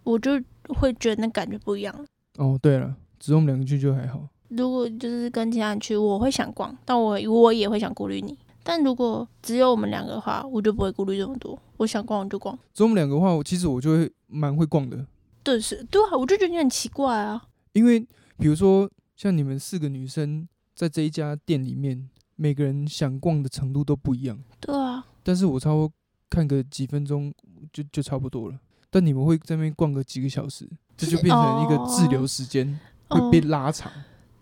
Speaker 2: 我就会觉得那感觉不一样了。
Speaker 1: 哦，对了，只有我们两个去就还好。
Speaker 2: 如果就是跟其他人去，我会想逛，但我我也会想顾虑你。但如果只有我们两个的话，我就不会顾虑这么多。我想逛我就逛，
Speaker 1: 只有我们两个的话，我其实我就会蛮会逛的，
Speaker 2: 对是，对啊，我就觉得你很奇怪啊。
Speaker 1: 因为比如说像你们四个女生在这一家店里面，每个人想逛的程度都不一样，
Speaker 2: 对啊，
Speaker 1: 但是我差不多看个几分钟就就差不多了，但你们会在那边逛个几个小时，这就变成一个滞留时间、
Speaker 2: 哦
Speaker 1: 会，被拉长。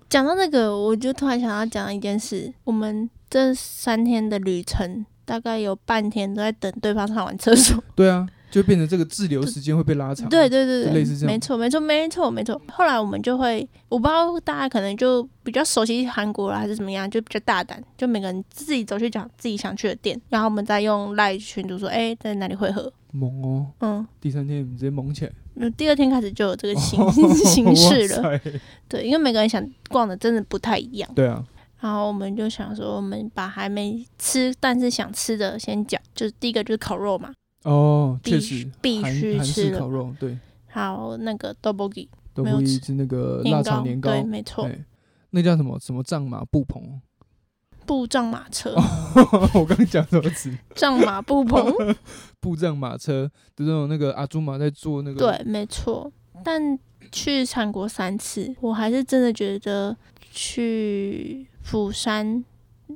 Speaker 2: 讲到这个，我就突然想要讲一件事。我们这三天的旅程，大概有半天都在等对方上完厕所。
Speaker 1: 对啊，就变成这个滞留时间会被拉长。啊
Speaker 2: 对对对
Speaker 1: 就
Speaker 2: 对，
Speaker 1: 类似这样
Speaker 2: 没错没错没错没错。后来我们就会，我不知道大家可能就比较熟悉韩国了，还是怎么样，就比较大胆，就每个人自己走去讲自己想去的店，然后我们再用赖群主说，哎、在哪里会合？
Speaker 1: 猛哦！
Speaker 2: 嗯，
Speaker 1: 第三天你们直接猛起来，哦
Speaker 2: 那第二天开始就 有这个形、 形式了。
Speaker 3: 哇塞。
Speaker 2: 对，因为每个人想逛的真的不太一样。
Speaker 1: 对啊，
Speaker 2: 然后我们就想说，我们把还没吃但是想吃的先讲，就是第一个就是烤肉嘛，
Speaker 1: 哦，
Speaker 2: 必
Speaker 1: 确
Speaker 2: 须
Speaker 1: 实，
Speaker 2: 必
Speaker 1: 韩
Speaker 2: 须
Speaker 1: 韩
Speaker 2: 吃
Speaker 1: 式
Speaker 2: 的
Speaker 1: 烤。肉，对，
Speaker 2: 还有那个 double
Speaker 1: 都
Speaker 2: 没有
Speaker 1: 不一
Speaker 2: 吃
Speaker 1: 是那个呃腊肠年糕
Speaker 2: 对，，没错，
Speaker 1: 哎那叫什么什么藏马布棚？
Speaker 2: 布障马车，
Speaker 1: 哦我刚讲什么词？
Speaker 2: 障马布棚，
Speaker 1: 布障马车，就那种那个阿朱玛在做那个，
Speaker 2: 对，没错。但去韩国三次，我还是真的觉得去釜山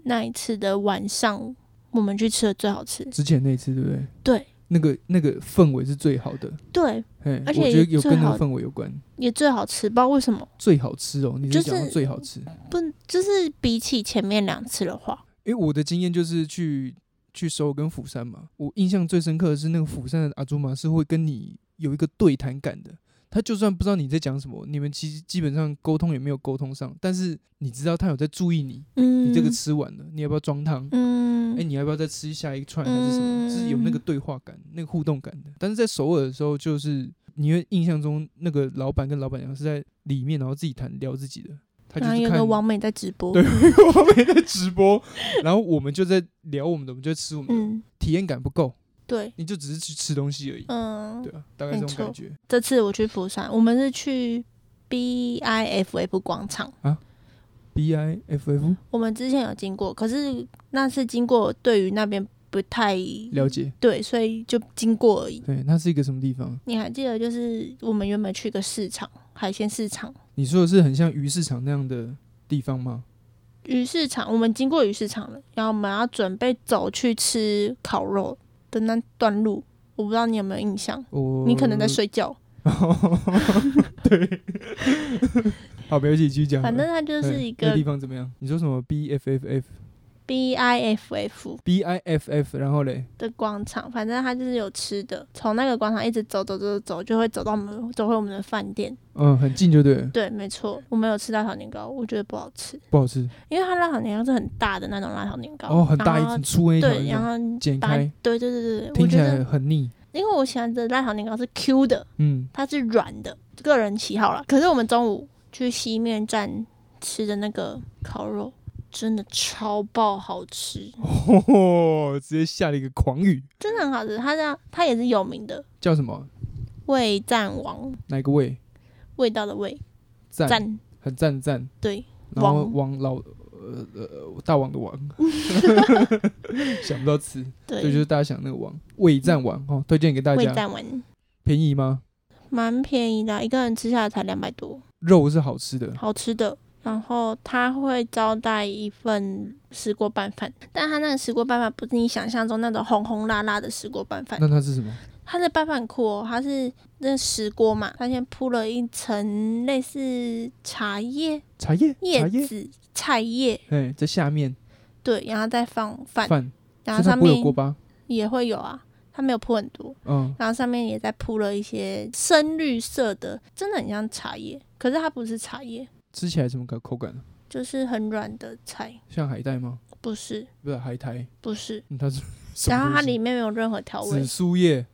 Speaker 2: 那一次的晚上，我们去吃的最好吃。
Speaker 1: 之前那次对不对？
Speaker 2: 对，
Speaker 1: 那个那个氛围是最好的，
Speaker 2: 对，
Speaker 1: 哎，
Speaker 2: 而且
Speaker 1: 我觉得有
Speaker 2: 最
Speaker 1: 跟那
Speaker 2: 好
Speaker 1: 个氛围有关，
Speaker 2: 也最好吃，不知道为什么，
Speaker 1: 最好吃哦，你
Speaker 2: 就是是
Speaker 1: 讲到最好吃，
Speaker 2: 不就是比起前面两次的话，
Speaker 1: 因为我的经验就是去去首尔跟釜山嘛，我印象最深刻的是那个釜山的阿朱玛是会跟你有一个对谈感的。他就算不知道你在讲什么，你们其实基本上沟通也没有沟通上，但是你知道他有在注意你，
Speaker 2: 嗯，
Speaker 1: 你这个吃完了，你要不要装汤？
Speaker 2: 嗯
Speaker 1: 哎、，你要不要再吃下一串还是什么？
Speaker 2: 嗯
Speaker 1: 就是有那个对话感、那个互动感的。但是在首尔的时候，就是你会印象中那个老板跟老板娘是在里面，然后自己谈聊自己的，他就
Speaker 2: 然后
Speaker 1: 是
Speaker 2: 有
Speaker 1: 看
Speaker 2: 个王美在直播，
Speaker 1: 对，我们也在直播，然后我们就在聊我们的，我们就在吃我们的，
Speaker 2: 嗯，
Speaker 1: 体验感不够，
Speaker 2: 对，
Speaker 1: 你就只是去吃东西而已。
Speaker 2: 嗯
Speaker 1: 对，啊，大概这
Speaker 2: 没
Speaker 1: 种
Speaker 2: 错
Speaker 1: 感觉。
Speaker 2: 这次我去釜山，我们是去 B I F F 广场，
Speaker 1: B I F F
Speaker 2: 我们之前有经过，可是那次经过对于那边不太
Speaker 1: 了解，
Speaker 2: 对，所以就经过而已。
Speaker 1: 对，那是一个什么地方？
Speaker 2: 你还记得，就是我们原本去一个市场，海鲜市场、
Speaker 1: 你说的是很像鱼市场那样的地方吗？
Speaker 2: 鱼市场，我们经过鱼市场了，然后我们要准备走去吃烤肉的那段路，我不知道你有没有印象，
Speaker 1: 我
Speaker 2: 你可能在睡觉。
Speaker 1: 对，好，没关系，继续讲好了。
Speaker 2: 反正它
Speaker 1: 对
Speaker 2: 就是一
Speaker 1: 那
Speaker 2: 个
Speaker 1: 地方怎么样？你说什么 B F F F
Speaker 2: B I F F
Speaker 1: B I F F，然后嘞，
Speaker 2: 的广场，反正它就是有吃的。从那个广场一直走走走走，就会走到我们走回我们的饭店。
Speaker 1: 嗯，很近就对了，
Speaker 2: 对，没错，我们有吃辣炒年糕，我觉得不好吃，
Speaker 1: 不好吃。
Speaker 2: 因为它辣炒年糕是很大的那种辣炒年糕，
Speaker 1: 哦，很大一
Speaker 2: 然后
Speaker 1: 很粗那一条
Speaker 2: 对，
Speaker 1: 那
Speaker 2: 然
Speaker 1: 种，
Speaker 2: 后
Speaker 1: 剪
Speaker 2: 把
Speaker 1: 开，
Speaker 2: 对对对对对，我
Speaker 1: 听起
Speaker 2: 觉
Speaker 1: 来
Speaker 2: 得
Speaker 1: 很腻。
Speaker 2: 因为我喜欢的辣炒年糕是 Q 的，
Speaker 1: 嗯，
Speaker 2: 它是软的，个人喜好啦。可是我们中午去西面站吃的那个烤肉，真的超爆好吃，
Speaker 1: 哦，直接下了一个狂语，
Speaker 2: 真的很好吃。它那它也是有名的
Speaker 1: 叫什么？
Speaker 2: 味赞王，
Speaker 1: 哪个味？
Speaker 2: 味道的味
Speaker 1: 赞，
Speaker 2: 赞，
Speaker 1: 很赞赞。
Speaker 2: 对。
Speaker 1: 然后
Speaker 2: 王
Speaker 1: 王老呃呃大王的 王，想不到词，
Speaker 2: 对，
Speaker 1: 对，就是大家想那个王，味赞王哦，推荐给大
Speaker 2: 味
Speaker 1: 家，
Speaker 2: 赞丸，
Speaker 1: 便宜吗？
Speaker 2: 蛮便宜的啊，一个人吃下来才两百多，
Speaker 1: 肉是好吃的，
Speaker 2: 好吃的。然后他会招待一份石锅拌饭，但他那个石锅拌饭不是你想象中那种红红辣辣的石锅拌饭，
Speaker 1: 那它是什么？
Speaker 2: 它的拌饭很酷哦，它是那石锅嘛，它先铺了一层类似茶叶、
Speaker 1: 茶叶，茶
Speaker 2: 叶
Speaker 1: 叶，
Speaker 2: 子、菜叶，
Speaker 1: 哎，在下面
Speaker 2: 对，然后再放饭，
Speaker 1: 饭，
Speaker 2: 然
Speaker 1: 所
Speaker 2: 后
Speaker 1: 以它
Speaker 2: 上
Speaker 1: 不会有锅
Speaker 2: 面
Speaker 1: 巴，
Speaker 2: 也会有啊，它没有铺很多，
Speaker 1: 嗯，
Speaker 2: 然后上面也在铺了一些深绿色的，真的很像茶叶，可是它不是茶叶，
Speaker 1: 吃起来什么口口感？
Speaker 2: 就是很软的菜，
Speaker 1: 像海带吗？
Speaker 2: 不是
Speaker 1: 不是海苔，
Speaker 2: 不是。
Speaker 1: 嗯它是什么东西。
Speaker 2: 然后它里面没有任何调
Speaker 1: 紫
Speaker 2: 味，
Speaker 1: 苏叶，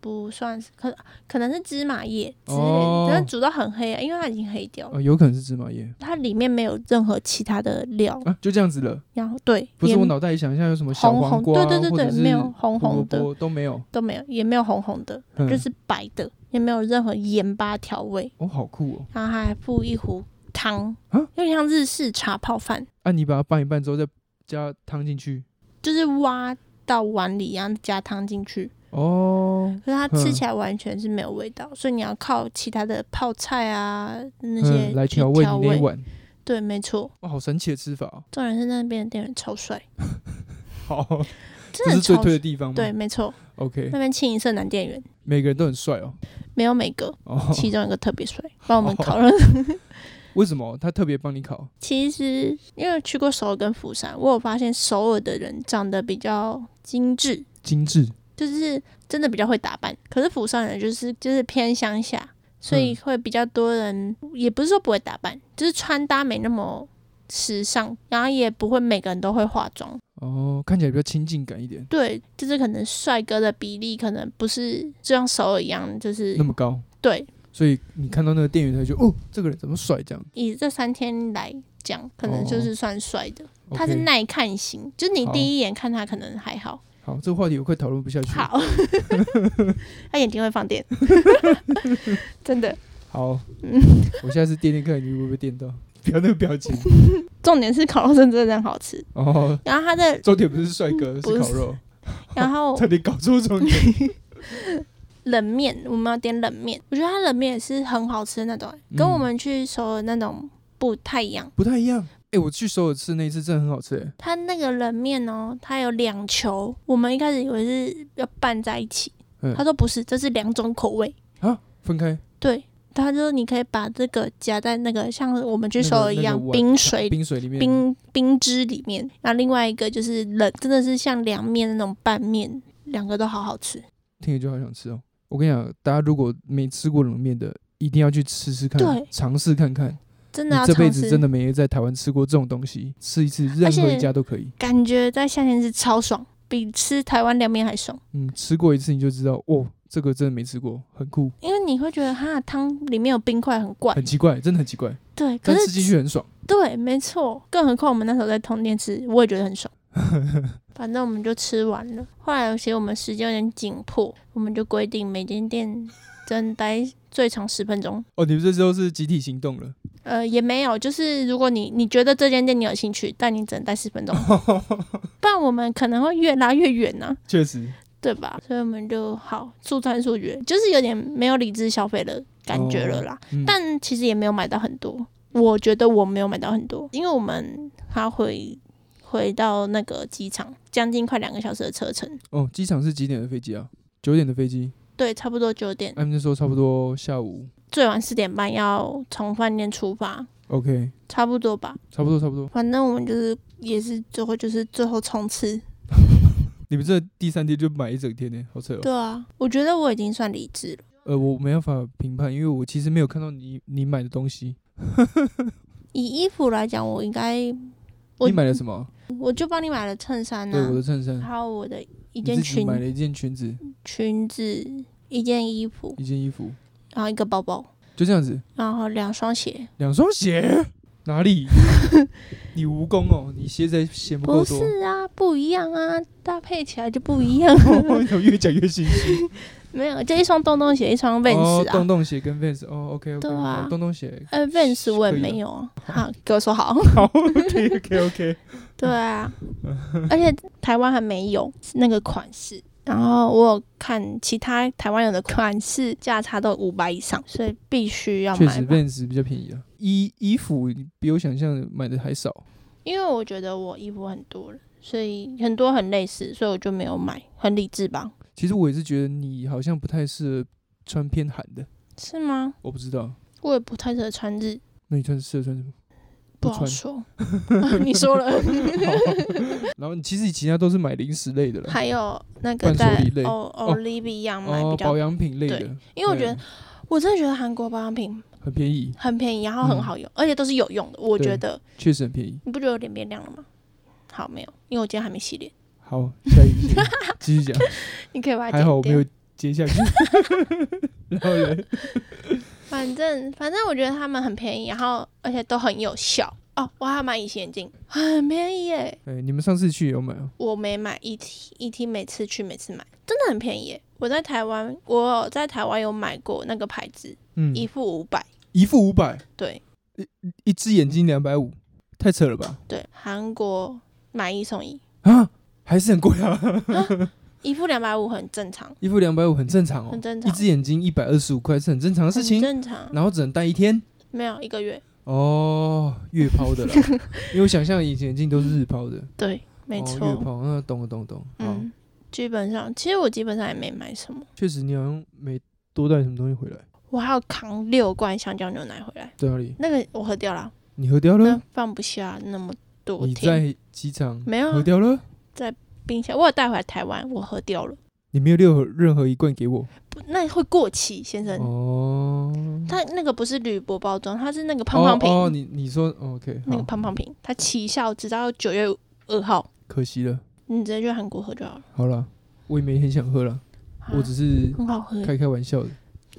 Speaker 2: 不算是，可可能是芝麻叶之类
Speaker 1: 哦
Speaker 2: 的，但是煮到很黑啊，因为它已经黑掉了，
Speaker 1: 哦，有可能是芝麻叶
Speaker 2: 它里面没有任何其他的料，
Speaker 1: 啊，就这样子了。
Speaker 2: 然后对，
Speaker 1: 不是
Speaker 2: 也
Speaker 1: 我脑袋里想象有什么小
Speaker 2: 红
Speaker 1: 黄
Speaker 2: 红
Speaker 1: 瓜，啊
Speaker 2: 对对对
Speaker 1: 或者
Speaker 2: 对
Speaker 1: 是
Speaker 2: 没有红
Speaker 1: 胡萝
Speaker 2: 红的
Speaker 1: 卜都没有。
Speaker 2: 都没有，也没有红红的，
Speaker 1: 嗯
Speaker 2: 就是白的，也没有任何盐巴调味，
Speaker 1: 哦，好酷哦！
Speaker 2: 然后还附一壶汤
Speaker 1: 啊，
Speaker 2: 有点像日式茶泡饭，
Speaker 1: 啊，你把它拌一拌之后再加汤进去。
Speaker 2: 就是挖到碗里，然后加汤进去，
Speaker 1: 哦，
Speaker 2: 可是它
Speaker 1: 嗯
Speaker 2: 吃起来完全是没有味道，所以你要靠其他的泡菜啊那些、
Speaker 1: 嗯，来调味你那一碗。
Speaker 2: 对，没错，
Speaker 1: 哇，好神奇的吃法哦！
Speaker 2: 重点是那边的店员超帅，
Speaker 1: 好，这
Speaker 2: 真的
Speaker 1: 是
Speaker 2: 很
Speaker 1: 最
Speaker 2: 超
Speaker 1: 推的地方吗？
Speaker 2: 对，没错，
Speaker 1: ，OK，
Speaker 2: 那边清一色男店员
Speaker 1: 每个人都很帅哦。
Speaker 2: 没有每个，
Speaker 1: 哦，
Speaker 2: 其中一个特 别帅，帮我们
Speaker 1: 哦
Speaker 2: 烤了。
Speaker 1: 为什么他特别帮你烤？
Speaker 2: 其实因为去过首尔跟釜山，我有发现首尔的人长得比较精致，
Speaker 1: 精致
Speaker 2: 就是真的比较会打扮。可是釜山人就是就是偏乡下，所
Speaker 1: 嗯
Speaker 2: 以会比较多人，也不是说不会打扮，就是穿搭没那么时尚，然后也不会每个人都会化妆。
Speaker 1: 哦，看起来比较亲近感一点，
Speaker 2: 对，就是可能帅哥的比例可能不是就像首尔一样，就是
Speaker 1: 那么高，
Speaker 2: 对。
Speaker 1: 所以你看到那个店员才觉得哦，这个人怎么帅这样？
Speaker 2: 以这三天来讲，可能就
Speaker 1: 哦
Speaker 2: 是算帅的。他
Speaker 1: OK，
Speaker 2: 是耐看型，就是你
Speaker 1: 好
Speaker 2: 第一眼看他可能还好，
Speaker 1: 好，这个话题我快讨论不下去了。
Speaker 2: 好， 他眼睛会放电， 真的。
Speaker 1: 好
Speaker 2: 嗯，
Speaker 1: 我下次电电看你会不会电到，不要那个表情。
Speaker 2: 重点是烤肉真的真的很好吃，
Speaker 1: 哦，
Speaker 2: 然后 它的，
Speaker 1: 重点不是帅哥，
Speaker 2: 嗯不
Speaker 1: 是
Speaker 2: 是
Speaker 1: 烤肉，
Speaker 2: 然后
Speaker 1: 差点搞错重点。
Speaker 2: 冷面，我们要点冷面，我觉得它冷面也是很好吃的那种、跟
Speaker 1: 嗯
Speaker 2: 我们去首尔那种 不太一样。
Speaker 1: 不太一样。哎、我去首尔吃那一次真的很好吃、欸，
Speaker 2: 它那个冷面哦，它有两球，我们一开始以为是要拌在一起
Speaker 1: 嗯，
Speaker 2: 他说不是，这是两种口味。
Speaker 1: 分开
Speaker 2: 对，他说你可以把这个夹在那个像我们去首尔一样、
Speaker 1: 那个那个碗
Speaker 2: 冰水
Speaker 1: 冰水里面，
Speaker 2: 冰冰汁里面，然后另外一个就是冷，真的是像凉面那种拌面，两个都好好吃。
Speaker 1: 听着就好想吃哦、我跟你讲，大家如果没吃过冷面的，一定要去吃吃看
Speaker 2: 对，
Speaker 1: 尝试看看。
Speaker 2: 真
Speaker 1: 你
Speaker 2: 的要
Speaker 1: 这辈
Speaker 2: 尝
Speaker 1: 子
Speaker 2: 试，
Speaker 1: 真的没在台湾吃过这种东西，吃一次任
Speaker 2: 而且
Speaker 1: 何一家都可以。
Speaker 2: 感觉在夏天是超爽，比吃台湾凉面还爽，
Speaker 1: 嗯，吃过一次你就知道，哦，这个真的没吃过，很酷，
Speaker 2: 因为你会觉得哈汤里面有冰块很怪，
Speaker 1: 很奇怪，真的很奇怪，
Speaker 2: 对，可
Speaker 1: 哎但吃
Speaker 2: 是
Speaker 1: 进去很爽。
Speaker 2: 对，没错，更何况我们那时候在通电吃，我也觉得很爽。 反正我们就吃完了。后来其实我们时间有点紧迫，我们就规定每间店只能待最长十分钟。
Speaker 1: 哦，你们这时候是集体行动了，
Speaker 2: 呃，也没有，就是如果你你觉得这间店你有兴趣，但你只能待十分钟，不然我们可能会越拉越远啊呢、
Speaker 1: 确实
Speaker 2: 对吧？所以我们就好速战速决，就是有点没有理智消费的感觉了啦。
Speaker 1: 嗯
Speaker 2: 但其实也没有买到很多，我觉得我没有买到很多，因为我们还要回回到那个机场，将近快两个小时的车程，
Speaker 1: 哦，机场是几点的飞机啊？九点的飞机，
Speaker 2: 对，差不多九点，
Speaker 1: 他们那时候差不多下午
Speaker 2: 最晚四点半要从饭店出发，
Speaker 1: ，OK，
Speaker 2: 差不多吧。
Speaker 1: 差不多差不多。
Speaker 2: 反正我们就是也是最后就是最后冲刺。
Speaker 1: 你们这第三天就买一整天呢、好扯哦。
Speaker 2: 对啊，我觉得我已经算理智了。
Speaker 1: 呃，我没办法评判，因为我其实没有看到你你买的东西。
Speaker 2: 以衣服来讲，我应该，我
Speaker 1: 你买了什么？
Speaker 2: 我就帮你买了衬衫
Speaker 1: 对，我
Speaker 2: 啊，
Speaker 1: 的衬衫，
Speaker 2: 还有我的一
Speaker 1: 一
Speaker 2: 件裙嗯
Speaker 1: 买了一件裙子，
Speaker 2: 裙子、一件衣服，
Speaker 1: 一件衣服，
Speaker 2: 然后一个包包，
Speaker 1: 就这样子，
Speaker 2: 然后两双鞋。
Speaker 1: 两双鞋。哪 里？你蜈蚣哦，你鞋子还嫌不
Speaker 2: 不
Speaker 1: 够多。
Speaker 2: 是啊，不一样啊，搭配起来就不一样。
Speaker 1: 我越讲越心虚。
Speaker 2: 没有，这一双洞洞鞋，一双
Speaker 1: 哦
Speaker 2: Vans，啊
Speaker 1: 洞。洞鞋跟 Vans 哦，OK OK，
Speaker 2: 对啊
Speaker 1: 洞洞鞋。
Speaker 2: 呃，Vans 我也
Speaker 1: 可以啊
Speaker 2: 没有啊。好，给我说好。
Speaker 1: 好，OK OK OK。
Speaker 2: 对啊，而且台湾还没有那个款式。然后我有看其他台湾有的款式价差都五百以上，所以必须要
Speaker 1: 确
Speaker 2: 买
Speaker 1: 实
Speaker 2: 吧。
Speaker 1: ，Vans 比较便宜啊。衣衣服比我想象的买的还少。
Speaker 2: 因为我觉得我衣服很多了，所以很多很类似，所以我就没有买，很理智吧？
Speaker 1: 其实我也是觉得你好像不太适合穿偏寒的，
Speaker 2: 是吗？
Speaker 1: 我不知道。
Speaker 2: 我也不太适合穿日，
Speaker 1: 那你穿适合穿什么？
Speaker 2: 不
Speaker 1: 不
Speaker 2: 好
Speaker 1: 穿
Speaker 2: 说。 你说了，
Speaker 1: 然后你其实其他都是买零食类的了，
Speaker 2: 还有那个
Speaker 1: 伴手
Speaker 2: 在
Speaker 1: 礼类
Speaker 2: 欧欧 l i v i 样买
Speaker 1: 哦
Speaker 2: 比，较
Speaker 1: 保，养品类的
Speaker 2: 对，因为我觉得
Speaker 1: 对啊
Speaker 2: 我真的觉得韩国保养品
Speaker 1: 很便宜，
Speaker 2: 很便宜，然
Speaker 1: 嗯
Speaker 2: 后很好用，而且都是有用的。我觉得
Speaker 1: 确实很便宜。
Speaker 2: 你不觉得我脸变亮了吗？好，没有，因为我今天还没洗脸，
Speaker 1: 好，下一个继续讲，
Speaker 2: 你可以把它
Speaker 1: 还好
Speaker 2: 剪
Speaker 1: 我没有
Speaker 2: 掉。
Speaker 3: 接 下去，然后嘞，
Speaker 2: 反正反正我觉得他们很便宜，然后而且都很有效哦。我还买隐形眼镜，很便宜耶！
Speaker 1: 哎、你们上次去有买哦？
Speaker 2: 我没买 ET，ET 每次去每次买，真的很便宜耶。我在台湾，我有在台湾有买过那个牌子，
Speaker 1: 嗯，
Speaker 2: 一副五百，
Speaker 1: 一副五百，
Speaker 2: 对
Speaker 1: 一只眼睛两百五，太扯了吧？
Speaker 2: 对，韩国买一送一，
Speaker 1: 啊，还是很贵啊，
Speaker 2: 一副两百五很正常，
Speaker 1: 一副两百五很正常哦，
Speaker 2: 很正
Speaker 1: 一
Speaker 2: 常，
Speaker 1: 只眼睛一百二十五块是很正常的事
Speaker 2: 很
Speaker 1: 情，
Speaker 2: 正常，
Speaker 1: 然后只能戴一天。
Speaker 2: 没有一个月，
Speaker 1: 哦，月抛 的啦，因为我想象以前眼镜都是日抛的，
Speaker 2: 对，没
Speaker 1: 哦
Speaker 2: 错，
Speaker 1: 月抛，那懂了懂了懂了，嗯，
Speaker 2: 嗯，基本上，其实我基本上也没买什么，
Speaker 1: 确实你好像没多带什么东西回来，
Speaker 2: 我还要扛六罐香蕉牛奶回来，
Speaker 1: 在哪里？
Speaker 2: 那个我喝掉了，
Speaker 1: 你喝掉
Speaker 2: 那
Speaker 1: 了？
Speaker 2: 放不下那么多
Speaker 1: 嗯你
Speaker 2: 天，
Speaker 1: 在机场
Speaker 2: 没有啊
Speaker 1: 喝掉了？
Speaker 2: 冰箱我有带回来台湾，我喝掉了，
Speaker 1: 你没有任何任何一罐给我
Speaker 2: 不，那会过期，先生。
Speaker 1: 哦，
Speaker 2: 它那个不是铝箔包装，它是那个胖胖瓶，
Speaker 1: 哦，哦你你说哦 OK，
Speaker 2: 那个
Speaker 1: 好，
Speaker 2: 胖胖瓶，它期效直到九月二号，
Speaker 1: 可惜了，
Speaker 2: 你直接去韩国喝就好了。
Speaker 1: 好了，我也没很想喝了，我只是
Speaker 2: 啊很好喝，
Speaker 1: 开开玩笑的。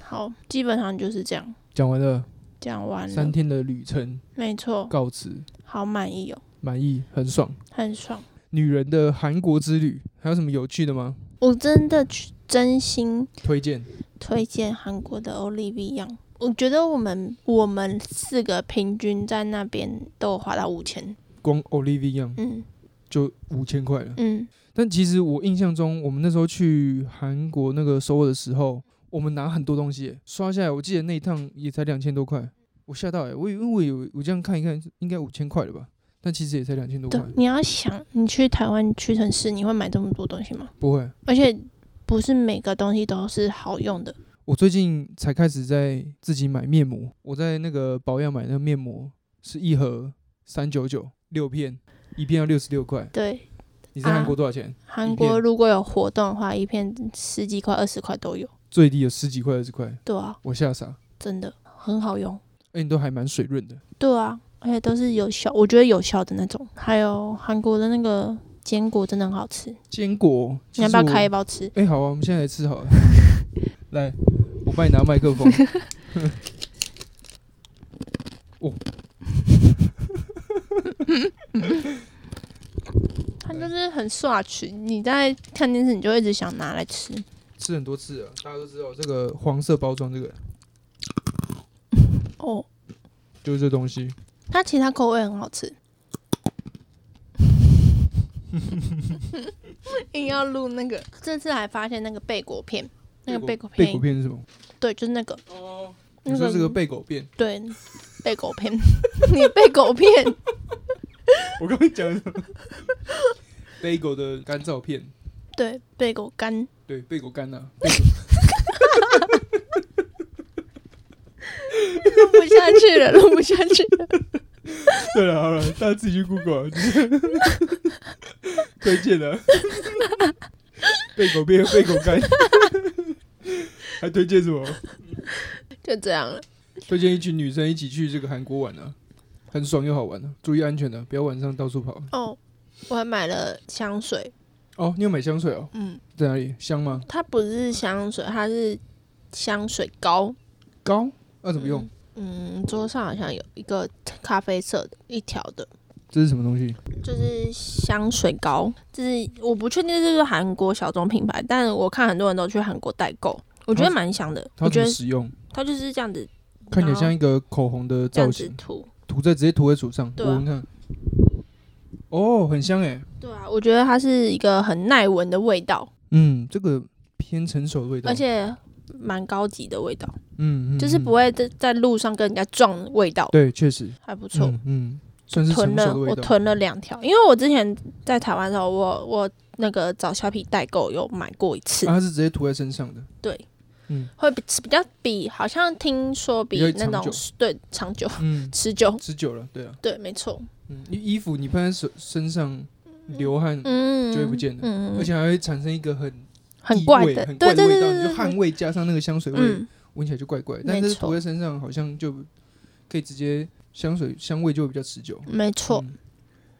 Speaker 2: 好，基本上就是这样，
Speaker 1: 讲完了
Speaker 2: 讲完
Speaker 1: 三
Speaker 2: 了，
Speaker 1: 天的旅程
Speaker 2: 没错，
Speaker 1: 告辞，
Speaker 2: 好满意哦，
Speaker 1: 满意，很爽。
Speaker 2: 很爽。
Speaker 1: 女人的韩国之旅还有什么有趣的吗？
Speaker 2: 我真的去真心
Speaker 1: 推荐
Speaker 2: 推荐韩国的 Olivia，我觉得我们我们四个平均在那边都有花到五千，
Speaker 1: 光 Olivia
Speaker 2: 嗯
Speaker 1: 就五千块了。
Speaker 2: 嗯，
Speaker 1: 但其实我印象中，我们那时候去韩国那个首尔的时候，我们拿很多东西耶刷下来，我记得那一趟也才两千多块，我吓到哎、我以为我以为我这样看一看应该五千块了吧，但其实也才两千多
Speaker 2: 对
Speaker 1: 块，，
Speaker 2: 你要想你去台湾屈臣氏，你会买这么多东西吗？
Speaker 1: 不会。
Speaker 2: 而且不是每个东西都是好用的。
Speaker 1: 我最近才开始在自己买面膜，我在那个保养买那个面膜是一盒三九九六片，一片要六十六块。
Speaker 2: 对，
Speaker 1: 你在韩
Speaker 2: 啊
Speaker 1: 国多少钱？
Speaker 2: 韩
Speaker 1: 一
Speaker 2: 国
Speaker 1: 片
Speaker 2: 如果有活动的话，一片十几块、二十块都有。
Speaker 1: 最低有十几块、二十块，
Speaker 2: 对啊，
Speaker 1: 我吓傻。
Speaker 2: 真的很好用。
Speaker 1: 哎、你都还蛮水润的，
Speaker 2: 对啊，而且都是有效，我觉得有效的那种。还有韩国的那个坚果真的很好吃，
Speaker 1: 坚果。
Speaker 2: 你要不要
Speaker 1: 其实我
Speaker 2: 开一包吃？
Speaker 1: 哎、好啊，我们现在来吃 好了。来，我帮你拿麦克风。哦，
Speaker 2: 它就是很刷取，你在看电视你就一直想拿来吃。
Speaker 1: 吃很多次了，大家都知道这个黄色包装，这个
Speaker 2: 哦，
Speaker 1: 就是这东西。
Speaker 2: 它其他口味很好 吃。硬要录那个，这次还发现那个贝果片，那个贝果
Speaker 1: 贝果片
Speaker 2: 片，
Speaker 1: 是什么？
Speaker 2: 对，就是那个，嗯
Speaker 1: 哦，
Speaker 2: 那
Speaker 1: 你说这个贝果片？
Speaker 2: 对，贝果片， 你贝果片，
Speaker 1: 我刚刚讲什么？贝果的干燥片，
Speaker 2: 对，贝果干，
Speaker 1: 对，贝果干啊 呐、
Speaker 2: 录不下去了，录不下去了，
Speaker 3: 对
Speaker 1: 啊
Speaker 3: 了，好了，大家自己去 Google，推荐 的
Speaker 1: 啊贝果片，贝果干。
Speaker 3: 还推荐什么？
Speaker 2: 就这样了。
Speaker 1: 推荐一群女生一起去这个韩国玩啊，很爽又好玩啊，注意安全的、不要晚上到处跑。
Speaker 2: 哦，我还买了香水，
Speaker 1: 哦，你有买香水哦？
Speaker 2: 嗯，
Speaker 1: 在哪里？香吗？
Speaker 2: 它不是香水，它是香水膏，
Speaker 1: 膏？那、啊怎么用？
Speaker 2: 嗯，桌上好像有一个咖啡色的，一条的。
Speaker 1: 这是什么东西？
Speaker 2: 就是香水膏，就是我不确定这是不是韩国小众品牌，但我看很多人都去韩国代购，我觉得蛮香的。
Speaker 1: 它
Speaker 2: 我
Speaker 1: 怎
Speaker 2: 觉
Speaker 1: 么
Speaker 2: 得
Speaker 1: 使用？
Speaker 2: 它就是这样子，
Speaker 1: 看起来
Speaker 2: 然后
Speaker 1: 像一个口红的
Speaker 2: 这
Speaker 1: 造
Speaker 2: 样子
Speaker 1: 型，
Speaker 2: 涂。
Speaker 1: 涂在直接涂在手上，我
Speaker 2: 对啊
Speaker 1: 闻看。哦，很香哎、
Speaker 2: 对啊，我觉得它是一个很耐闻的味道，
Speaker 1: 嗯，这个偏成熟的味道，
Speaker 2: 而且蛮高级的味道，
Speaker 1: 嗯，嗯
Speaker 2: 就是不
Speaker 1: 嗯
Speaker 2: 会在在路上跟人家撞的味道，
Speaker 1: 对，确实
Speaker 2: 还不错。
Speaker 1: 嗯，嗯，算是成熟
Speaker 2: 囤了，
Speaker 1: 的
Speaker 2: 我
Speaker 1: 味道。
Speaker 2: 囤了两条，因为我之前在台湾的时候，我我那个找小皮代购有买过一次，
Speaker 1: 啊它是直接涂在身上的，
Speaker 2: 对，
Speaker 1: 嗯
Speaker 2: 会比比较比，好像听说比
Speaker 1: 比较
Speaker 2: 那
Speaker 1: 长久
Speaker 2: 种对长久
Speaker 1: 嗯，
Speaker 2: 持久，
Speaker 1: 持久了，对啊，
Speaker 2: 对，没错，
Speaker 1: 嗯，衣衣服你喷在手身上，流汗
Speaker 2: 嗯，
Speaker 1: 就会不见了，
Speaker 2: 嗯，
Speaker 1: 而且还会产生一个很
Speaker 2: 很
Speaker 1: 异
Speaker 2: 怪
Speaker 1: 味
Speaker 2: 的，
Speaker 1: 很
Speaker 2: 对
Speaker 1: 怪的
Speaker 2: 对对
Speaker 1: 味道，你就
Speaker 2: 对对
Speaker 1: 汗
Speaker 2: 对，
Speaker 1: 味加上那个香水味，
Speaker 2: 嗯，
Speaker 1: 闻起来就怪怪的。
Speaker 2: 没
Speaker 1: 但是涂
Speaker 2: 错
Speaker 1: 在身上好像就可以直接香水香味就会比较持久。
Speaker 2: 没错，
Speaker 1: 嗯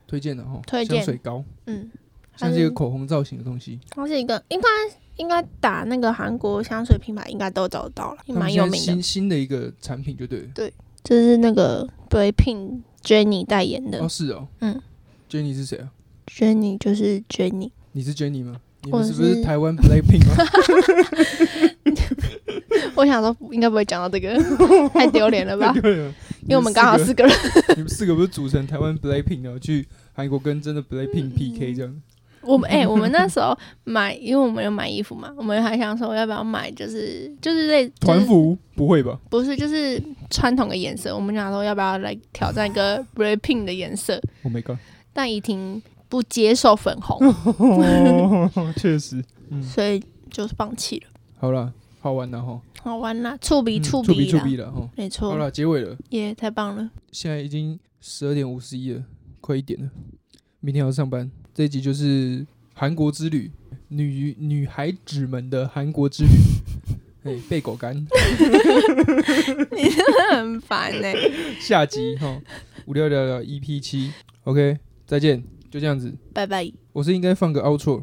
Speaker 1: 推荐的哈，
Speaker 2: 推荐
Speaker 1: 香水膏。
Speaker 2: 嗯，
Speaker 1: 像是一个口红造型的东西，
Speaker 2: 它是一个应该应该打那个韩国香水品牌应该都找得到了，也
Speaker 1: 他们
Speaker 2: 蛮
Speaker 1: 现在
Speaker 2: 有名的
Speaker 1: 新。新的一个产品就对了。
Speaker 2: 就是那个 Blackpink Jennie 代言的、
Speaker 1: 哦，是哦，
Speaker 2: 嗯
Speaker 1: ，Jenny 是谁啊？
Speaker 2: j e n n i e 就是 Jennie。
Speaker 1: 你是 Jenny 吗？你
Speaker 2: 我
Speaker 1: 们是不是
Speaker 2: 是
Speaker 1: 台湾 Blackpink 吗？
Speaker 2: 我想说应该不会讲到这 个，太丢脸了吧？因为我们刚好
Speaker 1: 啊你们
Speaker 2: 四个人，
Speaker 1: 四个， 你们四个不是组成台湾 Blackpink，然后去韩国跟真的 Blackpink PK 这样？
Speaker 2: 我们哎、我 们那时候买，因为我们有买衣服嘛，我们还想说要不要买，就是就是类
Speaker 1: 团，
Speaker 2: 就是
Speaker 1: 服不会吧？
Speaker 2: 不是就是穿同个颜色。我们想说要不要来挑战一个 Blackpink 的颜色，
Speaker 1: Oh my god！
Speaker 2: 但怡婷不接受粉红，
Speaker 1: 嗯
Speaker 3: 哦，确实，
Speaker 2: 所以就是放弃了。
Speaker 1: 好啦，好玩了哈，
Speaker 2: 好玩啦，触鼻
Speaker 1: 嗯
Speaker 2: 触
Speaker 1: 触鼻
Speaker 2: 鼻
Speaker 1: 触
Speaker 2: 啦，哦
Speaker 1: 鼻了哈。
Speaker 2: 没
Speaker 1: 好
Speaker 2: 错，
Speaker 1: 啦，结尾了，
Speaker 2: 耶、太 棒了！
Speaker 1: 现在已经十二点五十一了，快一点了，明天还要上班。这一集就是韩国之旅，女女孩子们的韩国之旅。 哎，被狗干，
Speaker 2: 你真的很烦 哎、
Speaker 1: 下集哈，五六聊聊 EP 七，OK，再见，就这样子。
Speaker 2: 拜拜。你
Speaker 1: 我是应该放个 outro，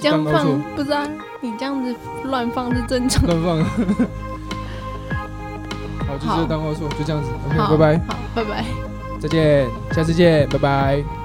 Speaker 2: 这样
Speaker 1: 刚刚
Speaker 2: 放不知道，你这样子乱放是正常的。
Speaker 1: 乱 放。好，就是
Speaker 2: 好
Speaker 1: 当 outro，就这样子。OK，拜
Speaker 2: 好，
Speaker 1: 拜，
Speaker 2: 好，拜拜。
Speaker 1: 再见，下次见，拜拜。